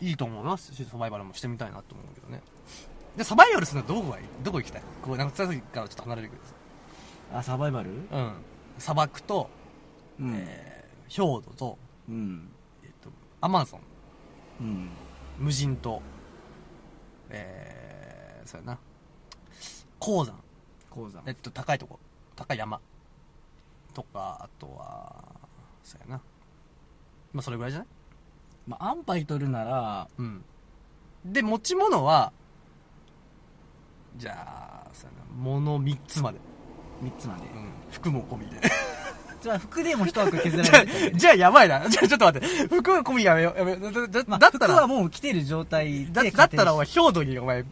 Speaker 1: いいと思うな。しサバイバルもしてみたいなと思うけどね。で、サバイバルするのはどこがいいどこ行きたいこう、なんか、さっきからちょっと離れるけどさ。
Speaker 2: あサバイバル
Speaker 1: うん。砂漠と、
Speaker 2: うん
Speaker 1: えー、氷土と、
Speaker 2: うん
Speaker 1: えっ、と、アマゾン、
Speaker 2: うん
Speaker 1: 無人島、えー、そうやな。鉱山、
Speaker 2: 鉱山
Speaker 1: えっと、高いとこ、高い山。とか、あとは、そうやな。まあ、それぐらいじゃない
Speaker 2: まあ安牌取るなら
Speaker 1: うん。で、持ち物は、じゃあ、そうやな、物3つまで。
Speaker 2: 3つまで
Speaker 1: うん。服も込みで。
Speaker 2: つまり服でも一枠削 ら
Speaker 1: じ
Speaker 2: れ
Speaker 1: ゃ
Speaker 2: てたよ
Speaker 1: あ、
Speaker 2: ね
Speaker 1: じゃあやばいな。じゃあ、ちょっと待って。服込みやめよう。やめよう。だだ
Speaker 2: まあ
Speaker 1: だった
Speaker 2: 服は
Speaker 1: ら、
Speaker 2: もう来てる状態
Speaker 1: だ
Speaker 2: で
Speaker 1: だったらお前、兵土に、お前、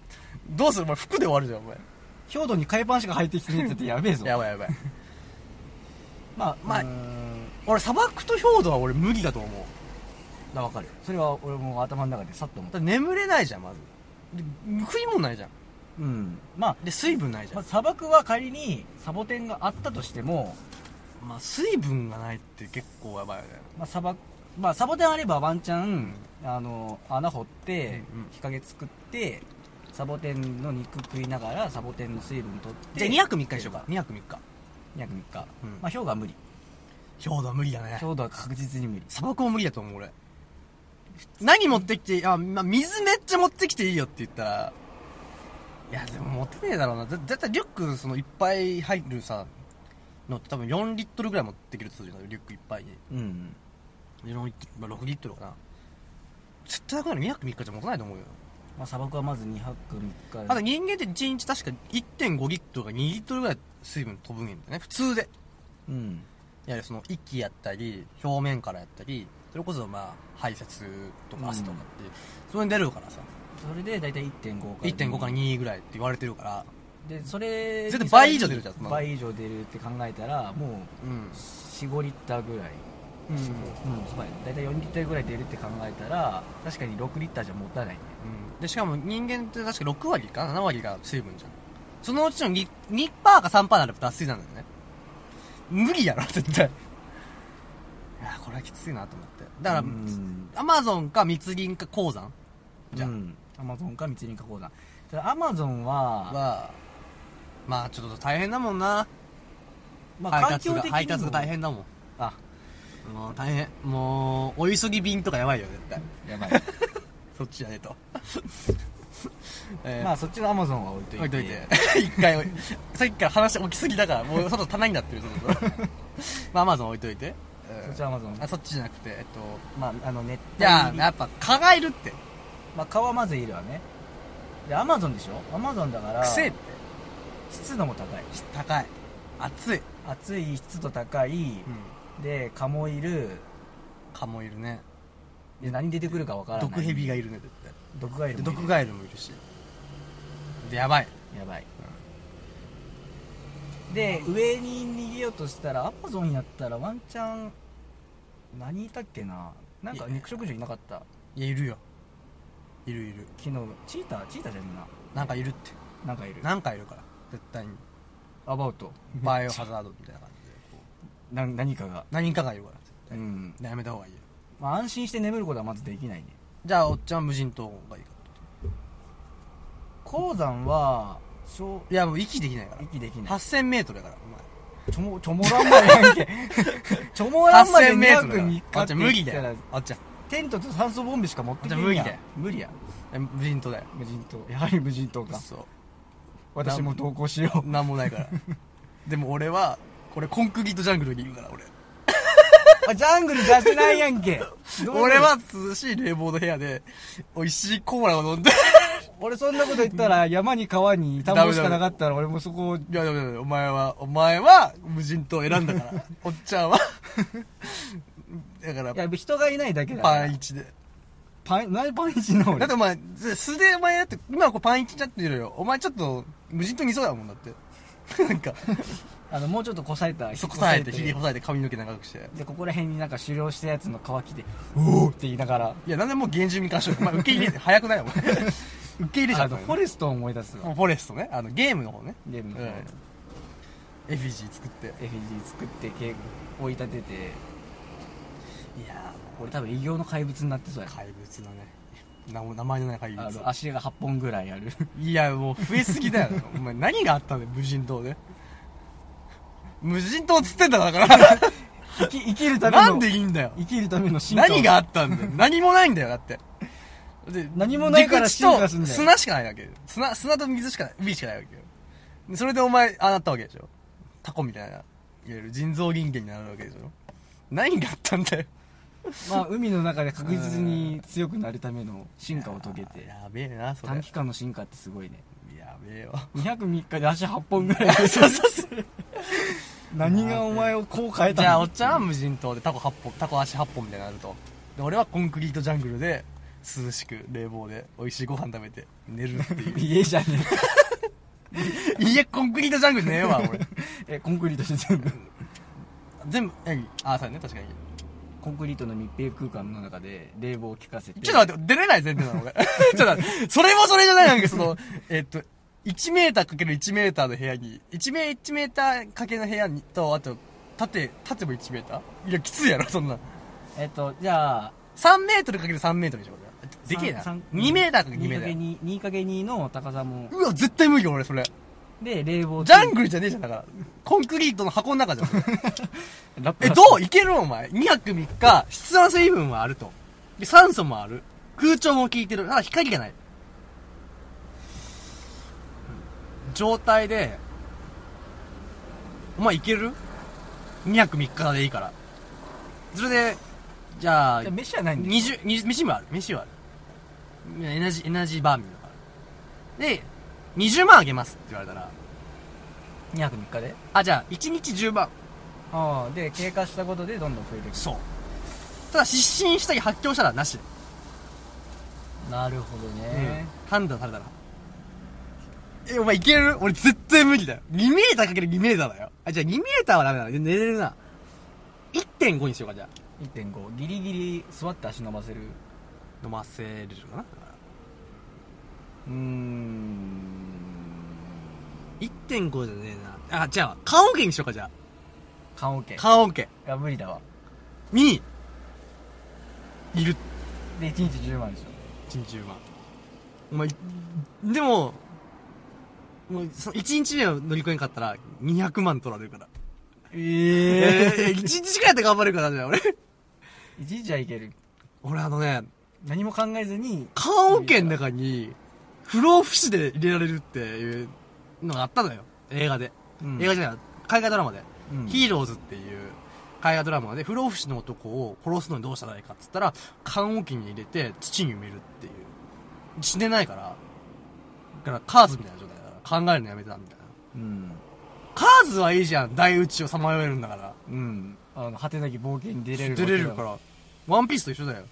Speaker 1: どうするお前、服で終わるじゃん、お前。
Speaker 2: 兵土に海パンしか入ってきてるってやべえぞ
Speaker 1: やばいやばい。
Speaker 2: まあ
Speaker 1: まあ
Speaker 2: うーん
Speaker 1: 俺、砂漠と兵土は俺無理だと思う。
Speaker 2: まあわかるそれは俺も頭の中でさっと思っ
Speaker 1: だ
Speaker 2: た
Speaker 1: って眠れないじゃん、まず。で食い物ないじゃん。
Speaker 2: うんまあ
Speaker 1: で、水分ないじゃ
Speaker 2: まあ
Speaker 1: ん。
Speaker 2: 砂漠は仮にサボテンがあったとしても、
Speaker 1: まあ、水分がないって結構やばいよね。
Speaker 2: まあ、砂漠まあサボテンあればワンチャン、あの穴掘って
Speaker 1: うんうん
Speaker 2: 日陰作ってサボテンの肉食いながらサボテンの水分取って
Speaker 1: じゃあ2泊3日にしようか。2泊3日。
Speaker 2: 2泊3
Speaker 1: うん
Speaker 2: 日、まあ氷河は無理
Speaker 1: 氷は無理だね
Speaker 2: 氷。河は確実に無理
Speaker 1: 砂漠も無理だと思う、俺。何持ってきて、あ、まあ、水めっちゃ持ってきていいよって言ったら、いや、でも持ってねえだろうな。ぜ絶対リュック、その、いっぱい入るさ、のって多分4リットルぐらい持ってきるって言うじゃん、リュックいっぱいに。
Speaker 2: うん
Speaker 1: 4リットル、まあ、6リットルかな。絶対なくなる。2泊3日じゃ持たないと思うよ。
Speaker 2: まあ、砂漠はまず2泊3日
Speaker 1: あと人間って1日確か1.5リットルか2リットルぐらい水分飛ぶんやんだよね。普通で。
Speaker 2: うん
Speaker 1: いやその息やったり表面からやったりそれこそまあ排泄と
Speaker 2: うん
Speaker 1: か汗とかって、それに出るからさ
Speaker 2: それで大体1.5から
Speaker 1: 1.5から2ぐらいって言われてるから
Speaker 2: でそれ
Speaker 1: 絶対倍以上出るじゃんそんなの
Speaker 2: 倍以上出るって考えたらもう
Speaker 1: うん、
Speaker 2: 45リッターぐらい
Speaker 1: うん
Speaker 2: うん、そうだよ大体4リッターぐらい出るって考えたら確かに6リッターじゃ持たないね
Speaker 1: でしかも人間って確か6割か7割が水分じゃんそのうちの 2%, 2か3%になれば脱水なんだよね無理やろ絶対いやこれはきついなと思ってだから、
Speaker 2: うん
Speaker 1: アマゾンか密林か鉱山じゃあ
Speaker 2: うんアマゾンか密林加工団ただアマゾンは、
Speaker 1: はまあちょっと大変だもんな
Speaker 2: まあ、
Speaker 1: 配
Speaker 2: 環
Speaker 1: 達
Speaker 2: 境
Speaker 1: が
Speaker 2: 的にも
Speaker 1: 配達が大変だもん
Speaker 2: あ
Speaker 1: もう大変もうお急ぎ便とかやばいよ絶対
Speaker 2: やばい
Speaker 1: そっちじゃねえと えー
Speaker 2: まあそっちのアマゾンは置いといて
Speaker 1: 置いといて 一回置いさっきから話起きすぎだからもう外棚になってるそろそろ まあアマゾン置いといて、うん
Speaker 2: そっちはアマゾン
Speaker 1: あそっちじゃなくてえっと
Speaker 2: まああの熱
Speaker 1: いや
Speaker 2: 帯
Speaker 1: や
Speaker 2: に
Speaker 1: っぱ蚊がいるって
Speaker 2: まあ蚊はまずいるわねでアマゾンでしょアマゾンだから
Speaker 1: 癖って
Speaker 2: 湿度も高い
Speaker 1: 高い暑い、
Speaker 2: 暑い湿度高い、で蚊もいる
Speaker 1: 蚊もいるね
Speaker 2: で何出てくるかわからない
Speaker 1: 毒蛇がいるね絶対
Speaker 2: 毒がい
Speaker 1: で
Speaker 2: る
Speaker 1: 毒ガエルもいるしでやばい
Speaker 2: やばい、で上に逃げようとしたらアマゾンやったらワンチャン何いたっけななんか
Speaker 1: いや
Speaker 2: 肉食獣いなかった
Speaker 1: いやいるよいるいる
Speaker 2: 昨日チーターチーターじゃね
Speaker 1: なんかいるって
Speaker 2: えななんかいる
Speaker 1: なんかいるから絶対に
Speaker 2: アバウト
Speaker 1: バイオハザードみたいな感じでこう
Speaker 2: な何かが
Speaker 1: 何かがいるから絶
Speaker 2: う
Speaker 1: 対に、
Speaker 2: ん、
Speaker 1: やめた方がいいよ
Speaker 2: まあ、安心して眠ることはまずできないね
Speaker 1: じゃあおっちゃんは無人島がいいか
Speaker 2: 鉱山は小
Speaker 1: いやもう息できないから
Speaker 2: 息できない
Speaker 1: 8 0 0 0ルだから
Speaker 2: ちょもちょもらんまでやんけ ちょも
Speaker 1: お
Speaker 2: ら
Speaker 1: 前
Speaker 2: んまで
Speaker 1: 8 0 0 0
Speaker 2: 2
Speaker 1: ルだ
Speaker 2: 泊
Speaker 1: から
Speaker 2: 3
Speaker 1: あっち
Speaker 2: 日って
Speaker 1: ゃん無理
Speaker 2: 言っ
Speaker 1: だ
Speaker 2: たら
Speaker 1: よあっちゃん
Speaker 2: テントと酸素ボンベしか持ってけんやん
Speaker 1: あじゃあ無理だよ
Speaker 2: 無理や
Speaker 1: え無人島だよ
Speaker 2: 無人島やはり無人島か
Speaker 1: そ
Speaker 2: 私も投稿しよ
Speaker 1: うなんもないからでも俺はこれコンクリートジャングルにいるから俺
Speaker 2: う あジャングル出してないやん けどういう
Speaker 1: 俺は涼しい冷房の部屋で美味しいコーラを飲んで
Speaker 2: 俺そんなこと言ったら山に川に田んぼしかなかったら俺もそこを
Speaker 1: いやでもでもお前はお前は無人島を選んだ からおっちゃんはだから
Speaker 2: いや人がいないだけだ
Speaker 1: パン一で
Speaker 2: パン何パン一なの
Speaker 1: だっ
Speaker 2: 俺
Speaker 1: てお前、ず素でお前だって、今こうパン一になってるよ。お前ちょっと、無人島にいそうだもんだって。 なんか、
Speaker 2: あのもうちょっとこさえた
Speaker 1: そこさえて、ひげこさえて、髪の毛長くして。
Speaker 2: でここら辺になんか狩猟したやつの乾きで「おお!」って言いながら
Speaker 1: いや、なんでもう原住民からしよう。お 前受け入れ、早くないお前。受け入れちゃ
Speaker 2: あ
Speaker 1: った
Speaker 2: の
Speaker 1: よ
Speaker 2: フォレストを思い出すわ
Speaker 1: フォレストね。あの、ゲームの方ね。
Speaker 2: ゲームの
Speaker 1: うん。
Speaker 2: 方
Speaker 1: エフィジー作って。い
Speaker 2: FG 作ってけ追い立てて
Speaker 1: や
Speaker 2: 俺多分異形の怪物になってそう
Speaker 1: ー、
Speaker 2: や
Speaker 1: 怪物だね。名も名前のない怪
Speaker 2: あの
Speaker 1: 物。
Speaker 2: 足が8本ぐらいある
Speaker 1: いや、もう増えすぎ だよ。お前何があったんだよ、無人島で。無人島っつってんだだから。
Speaker 2: 生き生きるための
Speaker 1: なんでいいんだよ。
Speaker 2: 生きるための進化を
Speaker 1: 何があったん だよ。何もないんだよ、だって。で
Speaker 2: 何もないから
Speaker 1: 陸地
Speaker 2: 進化すんだ
Speaker 1: と
Speaker 2: よ
Speaker 1: 砂しかないわけよ。砂、砂と水しかない、海しかないわけよ。でそれでお前、ああなったわけでしょ。タコみたいな、いわゆる人造人間になるわけでしょ。何があったんだよ。
Speaker 2: ま あ、海の中で確実に強くなるための進化を遂げて
Speaker 1: やべえな、それ。
Speaker 2: 短期間の進化ってすごいね
Speaker 1: やべえよ。
Speaker 2: 2 0 3日で足8本ぐ らい
Speaker 1: そうそうそう。
Speaker 2: 何がお前をこう変えたの。
Speaker 1: じゃあ、おっちゃんは無人島でタコ8本、タコ足8本みたいになると。で、俺はコンクリートジャングルで、涼しく冷房で美味しいご飯食べて寝るっていう
Speaker 2: 家じゃね
Speaker 1: いや、コンクリートジャングルねえわ、俺。
Speaker 2: ええコンクリートして全部
Speaker 1: 全部、え、あ、そうだね、確かに。
Speaker 2: コンクリートの密閉空間の中で冷房を効かせて
Speaker 1: ちょっと待って、出れない前提なの俺。 ちょっと待って、それもそれじゃないなんかその、えっと、1メーターかける1メーターの部屋に、1メー、1メーターかけの部屋に、と、あと、縦、縦も1メーターいや、きついやろ、そんな。
Speaker 2: えっとじゃあ
Speaker 1: 3メートルかける3メートルでしょ、これ。でけえな。
Speaker 2: 三三
Speaker 1: 2名だから2名だよ。
Speaker 2: 2二かけ2の高さも。
Speaker 1: うわ、絶対無理よ、俺、それ。
Speaker 2: で、冷房
Speaker 1: ジャングルじゃねえじゃん、だから。コンクリートの箱の中じゃん。
Speaker 2: ルラッ プ
Speaker 1: え、どういけるお前。2泊3日、室温水分はあると。で、酸素もある。空調も効いてる。ただ光がない。状態で、お前いける ?2 泊3日でいいから。それで、じゃあ、
Speaker 2: いや飯はないんだよ
Speaker 1: 20、20飯もある。飯はある。エナジー、エナジーバーみたいなのがある。で、20万あげますって言われたら、
Speaker 2: 2泊3日で
Speaker 1: あ、じゃあ、1日10万。
Speaker 2: ああで経過したことでどんどん増えてい
Speaker 1: そう。ただ、失神したり発狂したらなし。
Speaker 2: くなるほど
Speaker 1: うん判断されたら。え、お前いける俺絶対無理だよ。2メーターかける2メーターだよ。あ、じゃあ2メーターはダメだな。寝れるな。1.5にしようか、じゃあ。
Speaker 2: 1.5ギリギリ座って足伸ばせる
Speaker 1: 飲ませれるかな。だから
Speaker 2: うーん
Speaker 1: 1.5じゃねえな。あ、じゃあ、缶オケにしようか、じゃあ。
Speaker 2: 缶オケ
Speaker 1: 缶オケ
Speaker 2: が無理だわ
Speaker 1: に、いる。
Speaker 2: で1日10万でし
Speaker 1: 1日10万。お前、でも、もう、その1日目を乗り越えんかったら、200万取られるから。
Speaker 2: ょ
Speaker 1: ええ
Speaker 2: え
Speaker 1: 1日くらいで頑張れるからじ ゃあ、俺。
Speaker 2: え1日はいける
Speaker 1: 俺あのね、
Speaker 2: 何も考えずに
Speaker 1: 棺桶の中に、不老不死で入れられるっていうのがあったのよ。映画で。
Speaker 2: うん
Speaker 1: 映画じゃない、海外ドラマで。
Speaker 2: うん
Speaker 1: ヒーローズっていう海外ドラマで、不老不死の男を殺すのにどうしたらいいかって言ったら、棺桶に入れて土に埋めるっていう。死ねないから、だからカーズみたいな状態だから、考えるのやめてたみたいな。
Speaker 2: うん
Speaker 1: カーズはいいじゃん、大宇宙をさまよえるんだから。
Speaker 2: うんあの果てなき冒険に出れる
Speaker 1: 出れるから。ワンピースと一緒だよ。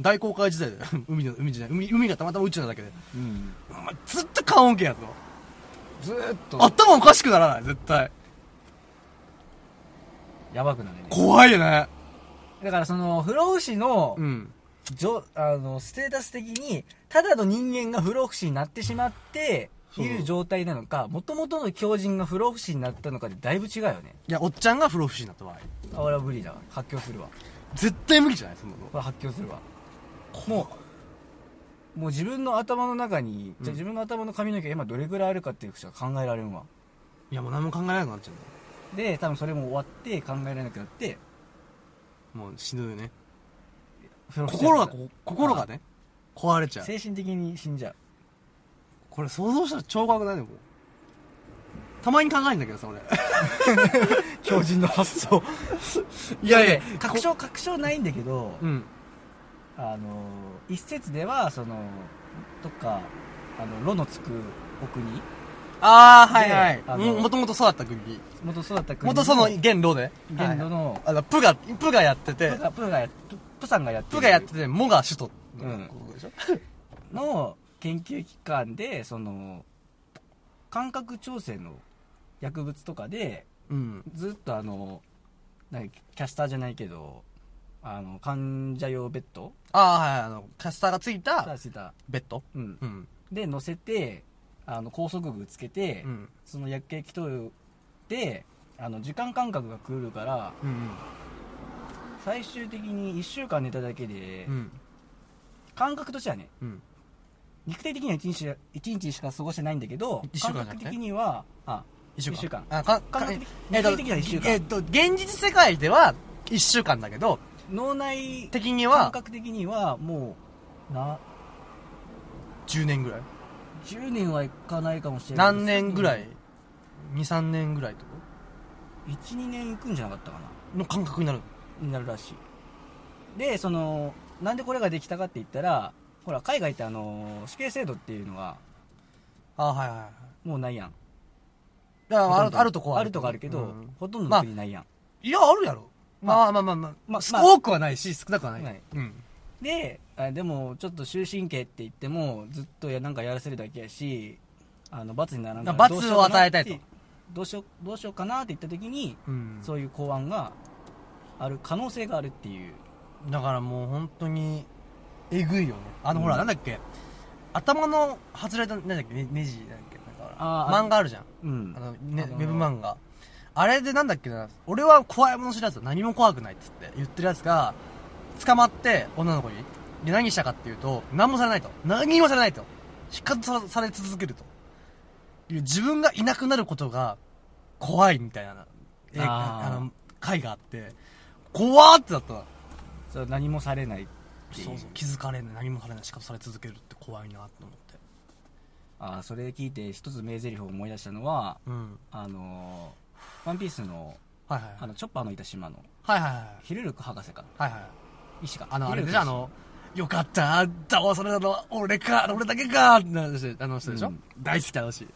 Speaker 1: 大航海時代だよ。 海の、海じゃない。海、海がたまたま宇宙なだけで。
Speaker 2: うん
Speaker 1: お前ずっと缶オケやと。
Speaker 2: ずーっと
Speaker 1: 頭おかしくならない、絶対。
Speaker 2: やばくなるね
Speaker 1: 怖いよね。
Speaker 2: だからその不老不死の
Speaker 1: うん。
Speaker 2: じょあのステータス的にただの人間が不老不死になってしまってい
Speaker 1: そう
Speaker 2: る状態なのかもともとの狂人が不老不死になったのかでだいぶ違うよね
Speaker 1: いや、おっちゃんが不老不死になった場合。
Speaker 2: あ俺は無理だわ発狂するわ
Speaker 1: 絶対無理じゃない、そんなの。
Speaker 2: これ発狂するわもうもう自分の頭の中に、じゃあ自分の頭の髪の毛が今どれぐらいあるかっていうことしか考えられんわ
Speaker 1: いや、もう何も考えなくなっちゃうんだ
Speaker 2: で多分それも終わって考えられなくなって
Speaker 1: よ。もう死ぬよね。
Speaker 2: 不老不死に
Speaker 1: 心が、
Speaker 2: なっちゃ
Speaker 1: こ
Speaker 2: う
Speaker 1: 心がね、壊れちゃう。
Speaker 2: 精神的に死んじゃう
Speaker 1: これ想像したら超怖くないね、もう。たまに考えるんだけどさ、俺。
Speaker 2: 狂人の発想
Speaker 1: いやいや、
Speaker 2: 確証確証ないんだけど、
Speaker 1: うん。
Speaker 2: あの一説ではそのどっかあの炉のつくお国
Speaker 1: あー、
Speaker 2: はいはい
Speaker 1: あのもともとそうだった、国。
Speaker 2: 元そうだった国
Speaker 1: 元その元老ね。
Speaker 2: 元老の、
Speaker 1: あの、プが、プがやってて
Speaker 2: プ、がプがやププさんがやって
Speaker 1: プ
Speaker 2: る
Speaker 1: がやってて、モが首都
Speaker 2: うん
Speaker 1: ことでしょ。
Speaker 2: の研究機関でその感覚調整の薬物とかで
Speaker 1: うん。
Speaker 2: ずっとあのなんかキャスターじゃないけどあの患者用ベッド
Speaker 1: あー、はいはい、あの、キャスターがついた
Speaker 2: させた、
Speaker 1: ベッド。
Speaker 2: うん、
Speaker 1: うん。
Speaker 2: で乗せてあの拘束具つけて、
Speaker 1: うん。
Speaker 2: その薬液投与であの時間感覚が狂うから
Speaker 1: うん。
Speaker 2: 最終的に1週間寝ただけで、
Speaker 1: うん。
Speaker 2: 感覚としてはね
Speaker 1: うん。
Speaker 2: 肉体的には1日し一日しか過ごしてないんだけど
Speaker 1: 一週間
Speaker 2: 感
Speaker 1: じゃなくて
Speaker 2: 覚的にはあ
Speaker 1: 一週間。
Speaker 2: 一週間
Speaker 1: あ、か、
Speaker 2: 感
Speaker 1: か、
Speaker 2: 覚
Speaker 1: え
Speaker 2: 的
Speaker 1: えっと
Speaker 2: 肉体的には1週間、
Speaker 1: えっと、現実世界では一週間だけど、
Speaker 2: 脳内
Speaker 1: 的に
Speaker 2: 感
Speaker 1: は
Speaker 2: 覚的にはもうな
Speaker 1: 10年ぐらい。
Speaker 2: 10年はいかないかもしれない
Speaker 1: 何年ぐらい ?2、3年ぐらいとか
Speaker 2: 12年いくんじゃなかったかな
Speaker 1: の感覚になる。
Speaker 2: になるらしいでそのなんでこれができたかって言ったらほら海外ってあの死刑制度っていうのが
Speaker 1: あー、はいはいはい。
Speaker 2: もうないやん
Speaker 1: だから
Speaker 2: ほ
Speaker 1: あ
Speaker 2: ん
Speaker 1: る、
Speaker 2: ど
Speaker 1: あるとこは
Speaker 2: あるとこあるけど、
Speaker 1: うん
Speaker 2: ほとんど
Speaker 1: ま
Speaker 2: の
Speaker 1: あ
Speaker 2: 国ないやん、
Speaker 1: いや、あるやろ。
Speaker 2: ま
Speaker 1: まあまあまあまあ、
Speaker 2: まあまあ
Speaker 1: 多くはないし、少なくはない。
Speaker 2: ない
Speaker 1: うん。
Speaker 2: であでもちょっと終身刑って言ってもずっとやなんかやらせるだけやしあの罰にならんから
Speaker 1: だから
Speaker 2: どう
Speaker 1: 罰
Speaker 2: しようかな
Speaker 1: を与えたいと
Speaker 2: ってどうしようどうしようかなって言った時に、
Speaker 1: うん。
Speaker 2: そういう考案がある可能性があるっていう
Speaker 1: だからもう本当に、えぐいよね。あの、ほら、
Speaker 2: うん
Speaker 1: なんだっけ、頭の外れた、なんだっけ、ねネジ、なんだっけ、なんか
Speaker 2: あーあ
Speaker 1: 漫画あるじゃん。
Speaker 2: うん
Speaker 1: あの、ね、
Speaker 2: あの
Speaker 1: ウェブ漫画。あれでなんだっけな、俺は怖いもの知らず、何も怖くないっつって言ってるやつが、捕まって、女の子に、で、何したかっていうと、何もされないと。何もされないと。引かずされ続けると。いう自分がいなくなることが怖いみたいな、え
Speaker 2: あー
Speaker 1: あの、回があって、怖ーってなったの
Speaker 2: そう何もされないっていう
Speaker 1: そうそう。気づかれない。何もされない。しかもされ続けるって怖いなって思って。
Speaker 2: あーそれ聞いて一つ名台詞を思い出したのは
Speaker 1: うん。
Speaker 2: あのーワンピースの
Speaker 1: はいはい
Speaker 2: あ
Speaker 1: はい。
Speaker 2: のチョッパーのいた島の
Speaker 1: はいはいはい。
Speaker 2: ヒルルク博士か
Speaker 1: はいはい。
Speaker 2: 医師か
Speaker 1: あの、あれで
Speaker 2: ヒ
Speaker 1: し
Speaker 2: ル
Speaker 1: ょ
Speaker 2: ル
Speaker 1: あ
Speaker 2: ク医師
Speaker 1: の、よかった、騙されたのは俺か、俺だけか、ってなるしあの人でしょ、
Speaker 2: うん
Speaker 1: 大好きだし。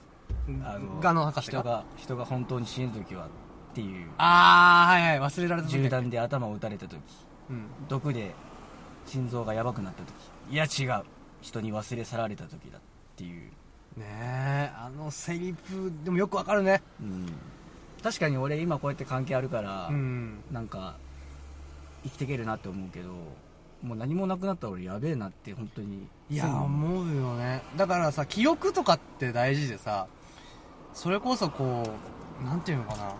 Speaker 2: あの
Speaker 1: ガノ博士
Speaker 2: 人
Speaker 1: が。
Speaker 2: が人が本当に死ぬ時はっていう
Speaker 1: あー、はいはい、忘れられた時
Speaker 2: 銃弾で頭を撃たれた時
Speaker 1: うん。
Speaker 2: 毒で心臓がやばくなった時いや違う人に忘れ去られた時だっていう、
Speaker 1: ねえ、あのセリフ、でもよくわかるね。
Speaker 2: うん、確かに俺今こうやって関係あるから、
Speaker 1: うん。
Speaker 2: なんか生きていけるなって思うけどもう何もなくなったら俺やべえなって本当に
Speaker 1: い
Speaker 2: す
Speaker 1: や、
Speaker 2: ぐ
Speaker 1: 思うよね。だからさ、記憶とかって大事でさ、それこそこう、なんていうのかな。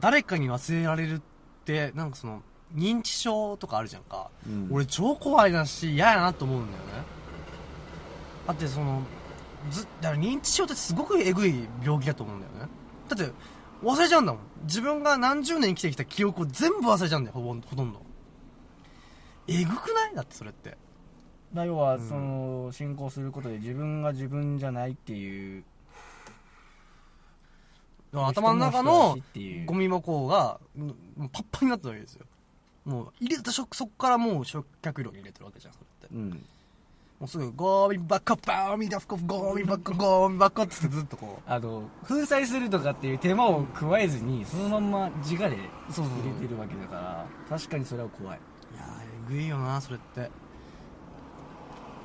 Speaker 1: 誰かに忘れられるって、なんかその、認知症とかあるじゃんか。
Speaker 2: うん
Speaker 1: 俺超怖いだし嫌やなと思うんだよねだってそのずだから認知症ってすごくえぐい病気だと思うんだよねだって忘れちゃうんだもん自分が何十年生きてきた記憶を全部忘れちゃうんだよほぼほとんどえぐくないだってそれって
Speaker 2: だ要は
Speaker 1: うん
Speaker 2: その進行することで自分が自分じゃないっていう
Speaker 1: 頭の中
Speaker 2: 人の人ら
Speaker 1: の
Speaker 2: しいっていう
Speaker 1: ゴミ箱がもうパッパになったわけですよもう入れたそそこからもう焼却炉に入れてるわけじゃんそれって
Speaker 2: うん
Speaker 1: もうすぐゴミ箱ゴミ箱ゴミ箱ゴミ箱っつってずっとこう
Speaker 2: あの粉砕するとかっていう手間を加えずにそのまんま自我で
Speaker 1: そうそう
Speaker 2: 入れてるわけだから確かにそれは怖い
Speaker 1: いやーえぐいよなそれって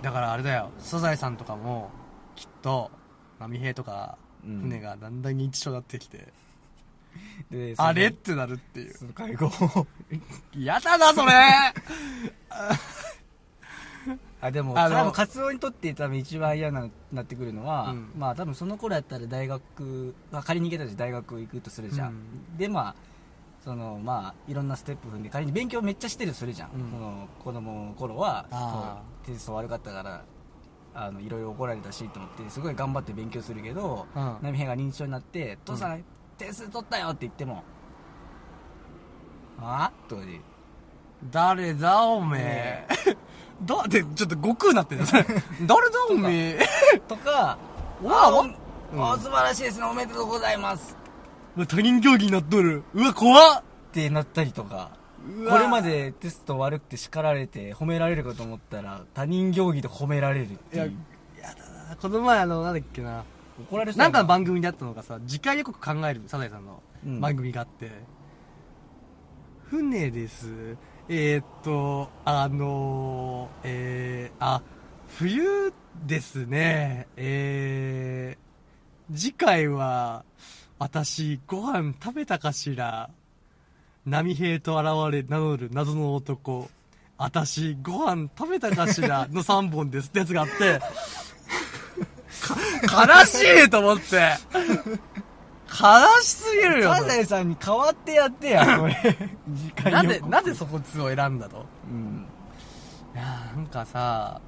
Speaker 1: だからあれだよサザエさんとかもきっと波平とか
Speaker 2: うん
Speaker 1: 船がだんだん認知症になってきて、
Speaker 2: で
Speaker 1: あれってなるっていう
Speaker 2: その介護
Speaker 1: やだなそれ
Speaker 2: あでも
Speaker 1: あの
Speaker 2: 多分カツオにとって多分一番嫌ななってくるのは、
Speaker 1: うん
Speaker 2: まあ多分その頃やったら大学、まあ、仮に行けたとして大学行くとするじゃん、
Speaker 1: うん
Speaker 2: でまあそのまあいろんなステップ踏んで仮に勉強めっちゃしてるとするじゃん、
Speaker 1: うん
Speaker 2: この子供の頃は
Speaker 1: あ
Speaker 2: こうテスト悪かったからあのいろいろ怒られたしと思ってすごい頑張って勉強するけど、
Speaker 1: うん
Speaker 2: 波平が認知症になって「父さん、点数取ったよ」って言っても「あと
Speaker 1: 誰だおめえ だってちょっと悟空な ってる誰だおめえ
Speaker 2: とか「
Speaker 1: わあ
Speaker 2: あお
Speaker 1: うん
Speaker 2: お素晴らしいですねおめでとうございます」
Speaker 1: うわ他人競技になっとるうわ怖っ
Speaker 2: ってなったりとか。
Speaker 1: うわ
Speaker 2: これまでテスト悪くて叱られて褒められるかと思ったら他人行儀で褒められるって
Speaker 1: い
Speaker 2: い
Speaker 1: や
Speaker 2: う
Speaker 1: やだなこの前あのなんだっけな
Speaker 2: 怒られそう
Speaker 1: な
Speaker 2: や
Speaker 1: んかの番組であったのがさ、次回予告考える、サザエさんの
Speaker 2: うん
Speaker 1: 番組があって、船です。えー、っと、あのー、えー、あ、冬ですね。えー、次回は、私、ご飯食べたかしら波平と現れ名乗る謎の男。私、ご飯食べたかし らの3本ですってやつがあって、か悲しいと思って。悲しすぎるよ。
Speaker 2: サザエさんに代わってやってや これ次回
Speaker 1: な
Speaker 2: 予
Speaker 1: ぜ、
Speaker 2: 告
Speaker 1: なぜそこつを選んだと
Speaker 2: うん
Speaker 1: いやーなんかさ、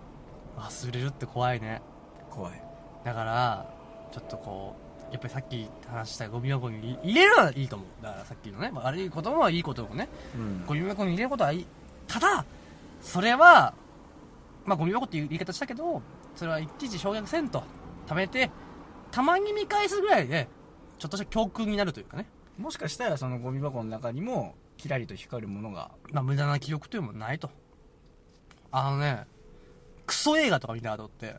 Speaker 1: 忘れるって怖いね。
Speaker 2: 怖い
Speaker 1: だから、ちょっとこう、やっぱりさっき話したゴミ箱に入れるのはいいと思う。だからさっきのね、まあ悪いこともいいこともね、
Speaker 2: うん
Speaker 1: ゴミ箱に入れることはいい。ただ、それは、まあゴミ箱っていう言い方したけど、それは一時焼却せんと、貯めて、たまに見返すぐらいで、ちょっとした教訓になるというかね。
Speaker 2: もしかしたらそのゴミ箱の中にもキラリと光るものが
Speaker 1: まあ、無駄な記憶というのもないと。あのね、クソ映画とか見た後って、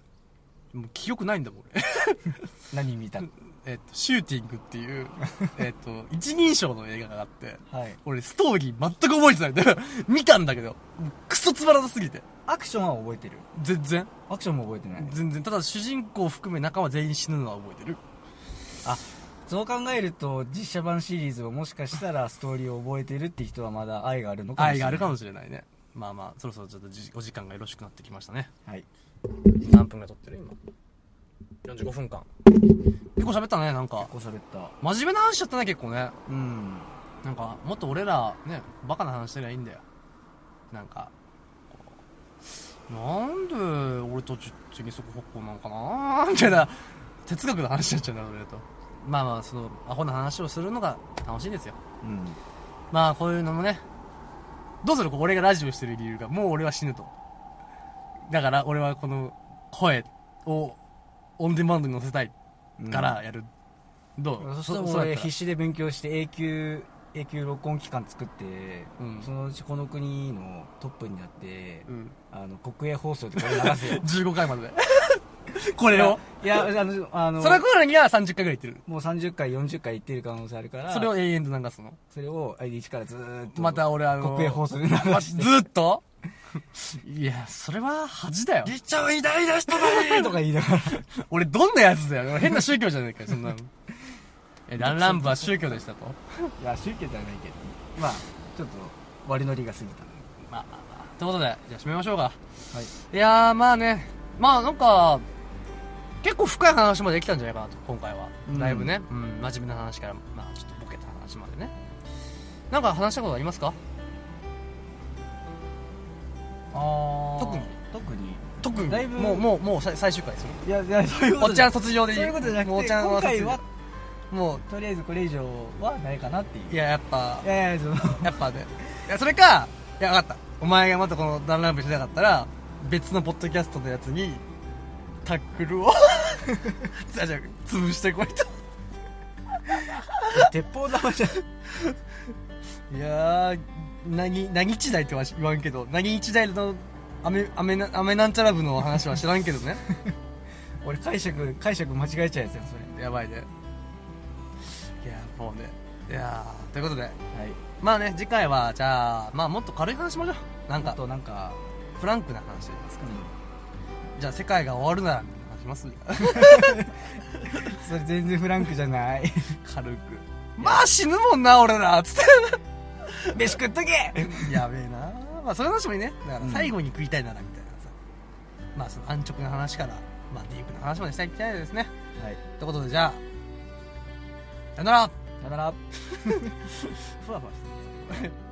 Speaker 1: もう記憶ないんだもん、俺。
Speaker 2: 何見た
Speaker 1: えっと、シューティングっていう、えっと、一人称の映画があって、
Speaker 2: はい
Speaker 1: 俺、ストーリー全く覚えてないんだ よ。見たんだけど、もうクソつまらなすぎて。
Speaker 2: アクションは覚えてる
Speaker 1: 全然。
Speaker 2: アクションも覚えてない
Speaker 1: 全然。ただ、主人公を含め仲間全員死ぬのは覚えてる。
Speaker 2: そう考えると実写版シリーズをもしかしたらストーリーを覚えてるって人はまだ愛があるのかもしれない
Speaker 1: 愛があるかもしれないね。まあまあ、そろそろちょっとじお時間がよろしくなってきましたね。
Speaker 2: はい
Speaker 1: 何分が撮ってる今。45分間。結構喋ったね、なんか
Speaker 2: 結。構喋った
Speaker 1: 真面目な話しちゃったね、結構ね。
Speaker 2: うん
Speaker 1: なんか、もっと俺ら、ね、バカな話してりゃいいんだよ。なんか、こうなんで俺たちって二足歩行なのかなみたいな哲学の話になっちゃうんだ俺だとまあまあそのアホな話をするのが楽しいんですよ
Speaker 2: うん。
Speaker 1: まあこういうのもねどうするこう俺がラジオしてる理由がもう俺は死ぬとだから俺はこの声をオンデマンドに乗せたいからやる、どう
Speaker 2: そしたら
Speaker 1: うだっ
Speaker 2: 俺
Speaker 1: た
Speaker 2: 必死で勉強して永久永久録音期間作って、
Speaker 1: うん
Speaker 2: そのうちこの国のトップになって、
Speaker 1: うん、
Speaker 2: あの国営放送でこれ流す よ
Speaker 1: 15回まででこれを
Speaker 2: いやいやあのあの
Speaker 1: それ頃には30回ぐらい言ってる
Speaker 2: もう30回40回言ってる可能性あるから
Speaker 1: それを永遠と流すの
Speaker 2: それを ID1 からずーっと
Speaker 1: また俺あの
Speaker 2: 国営放送で流
Speaker 1: ま
Speaker 2: して
Speaker 1: ずっと いや、それは恥だよ。
Speaker 2: っちゃん偉大な人だね とか言いながら
Speaker 1: 俺どんなやつだよ。俺変な宗教じゃないかよ、そんなの。え、ランランブは宗教でしたと。
Speaker 2: いや宗教ではないけどまあちょっと割り乗りが過ぎた
Speaker 1: まあまあまあ。ということで、じゃあ締めましょうか。
Speaker 2: は
Speaker 1: い
Speaker 2: い
Speaker 1: やー、まあね。まあなんか、結構深い話までできたんじゃないかなと、今回は
Speaker 2: う。ん
Speaker 1: だいぶね。うん、真面目な話から、まあちょっとボケた話までね。なんか話したことありますか
Speaker 2: あ
Speaker 1: ー
Speaker 2: 特に特に
Speaker 1: 特に。
Speaker 2: だいぶ
Speaker 1: もう、もう、もう最最終回ですよ。
Speaker 2: いやいやそういうこ
Speaker 1: お
Speaker 2: と
Speaker 1: っ
Speaker 2: じ
Speaker 1: ちゃ
Speaker 2: ゃ
Speaker 1: ん卒業でいい。
Speaker 2: そういうことじゃな
Speaker 1: もうお
Speaker 2: く
Speaker 1: ってちゃん
Speaker 2: 今
Speaker 1: は卒
Speaker 2: 回
Speaker 1: 業
Speaker 2: は
Speaker 1: も
Speaker 2: とりあえずこれ以上はないかなっていう
Speaker 1: う、いや、やっぱ
Speaker 2: い、やいやその
Speaker 1: やっぱね。いや、それか、いや、わかった。お前がまたこのダンランプしなかったら、別のポッドキャストのやつに、タックルを、 じゃあじゃあ潰してこいと。
Speaker 2: 鉄砲玉じゃ
Speaker 1: いやー、何、何日代っては言わんけど、何日代の、アメ、アメな、アメなんちゃら部の話は知らんけどね。
Speaker 2: 俺解釈解釈間違えちゃうやつやんそ れ
Speaker 1: やばいね。いやー、もうね。いやー、ということで、
Speaker 2: はい
Speaker 1: まあね、次回は、じゃあ、まあもっと軽い話しましょう。なん
Speaker 2: あ
Speaker 1: か、
Speaker 2: となんか、
Speaker 1: フランクな話と言いますか。
Speaker 2: う
Speaker 1: じゃあ、世界が終わるなら、みたいな話します
Speaker 2: ん、それ全然フランクじゃない
Speaker 1: 軽く。まあ死ぬもんな、俺らつっ
Speaker 2: 飯食っとけ
Speaker 1: て。 やべえな。まあそういう話もいいね。だか
Speaker 2: う
Speaker 1: ら
Speaker 2: ん
Speaker 1: 最後に食いたいなら、みたいなさ。まあその安直な話から、まあディープな話までしたいみたいですね。
Speaker 2: はい
Speaker 1: ということで、じゃあ、さよなら
Speaker 2: さよならふわふわしてる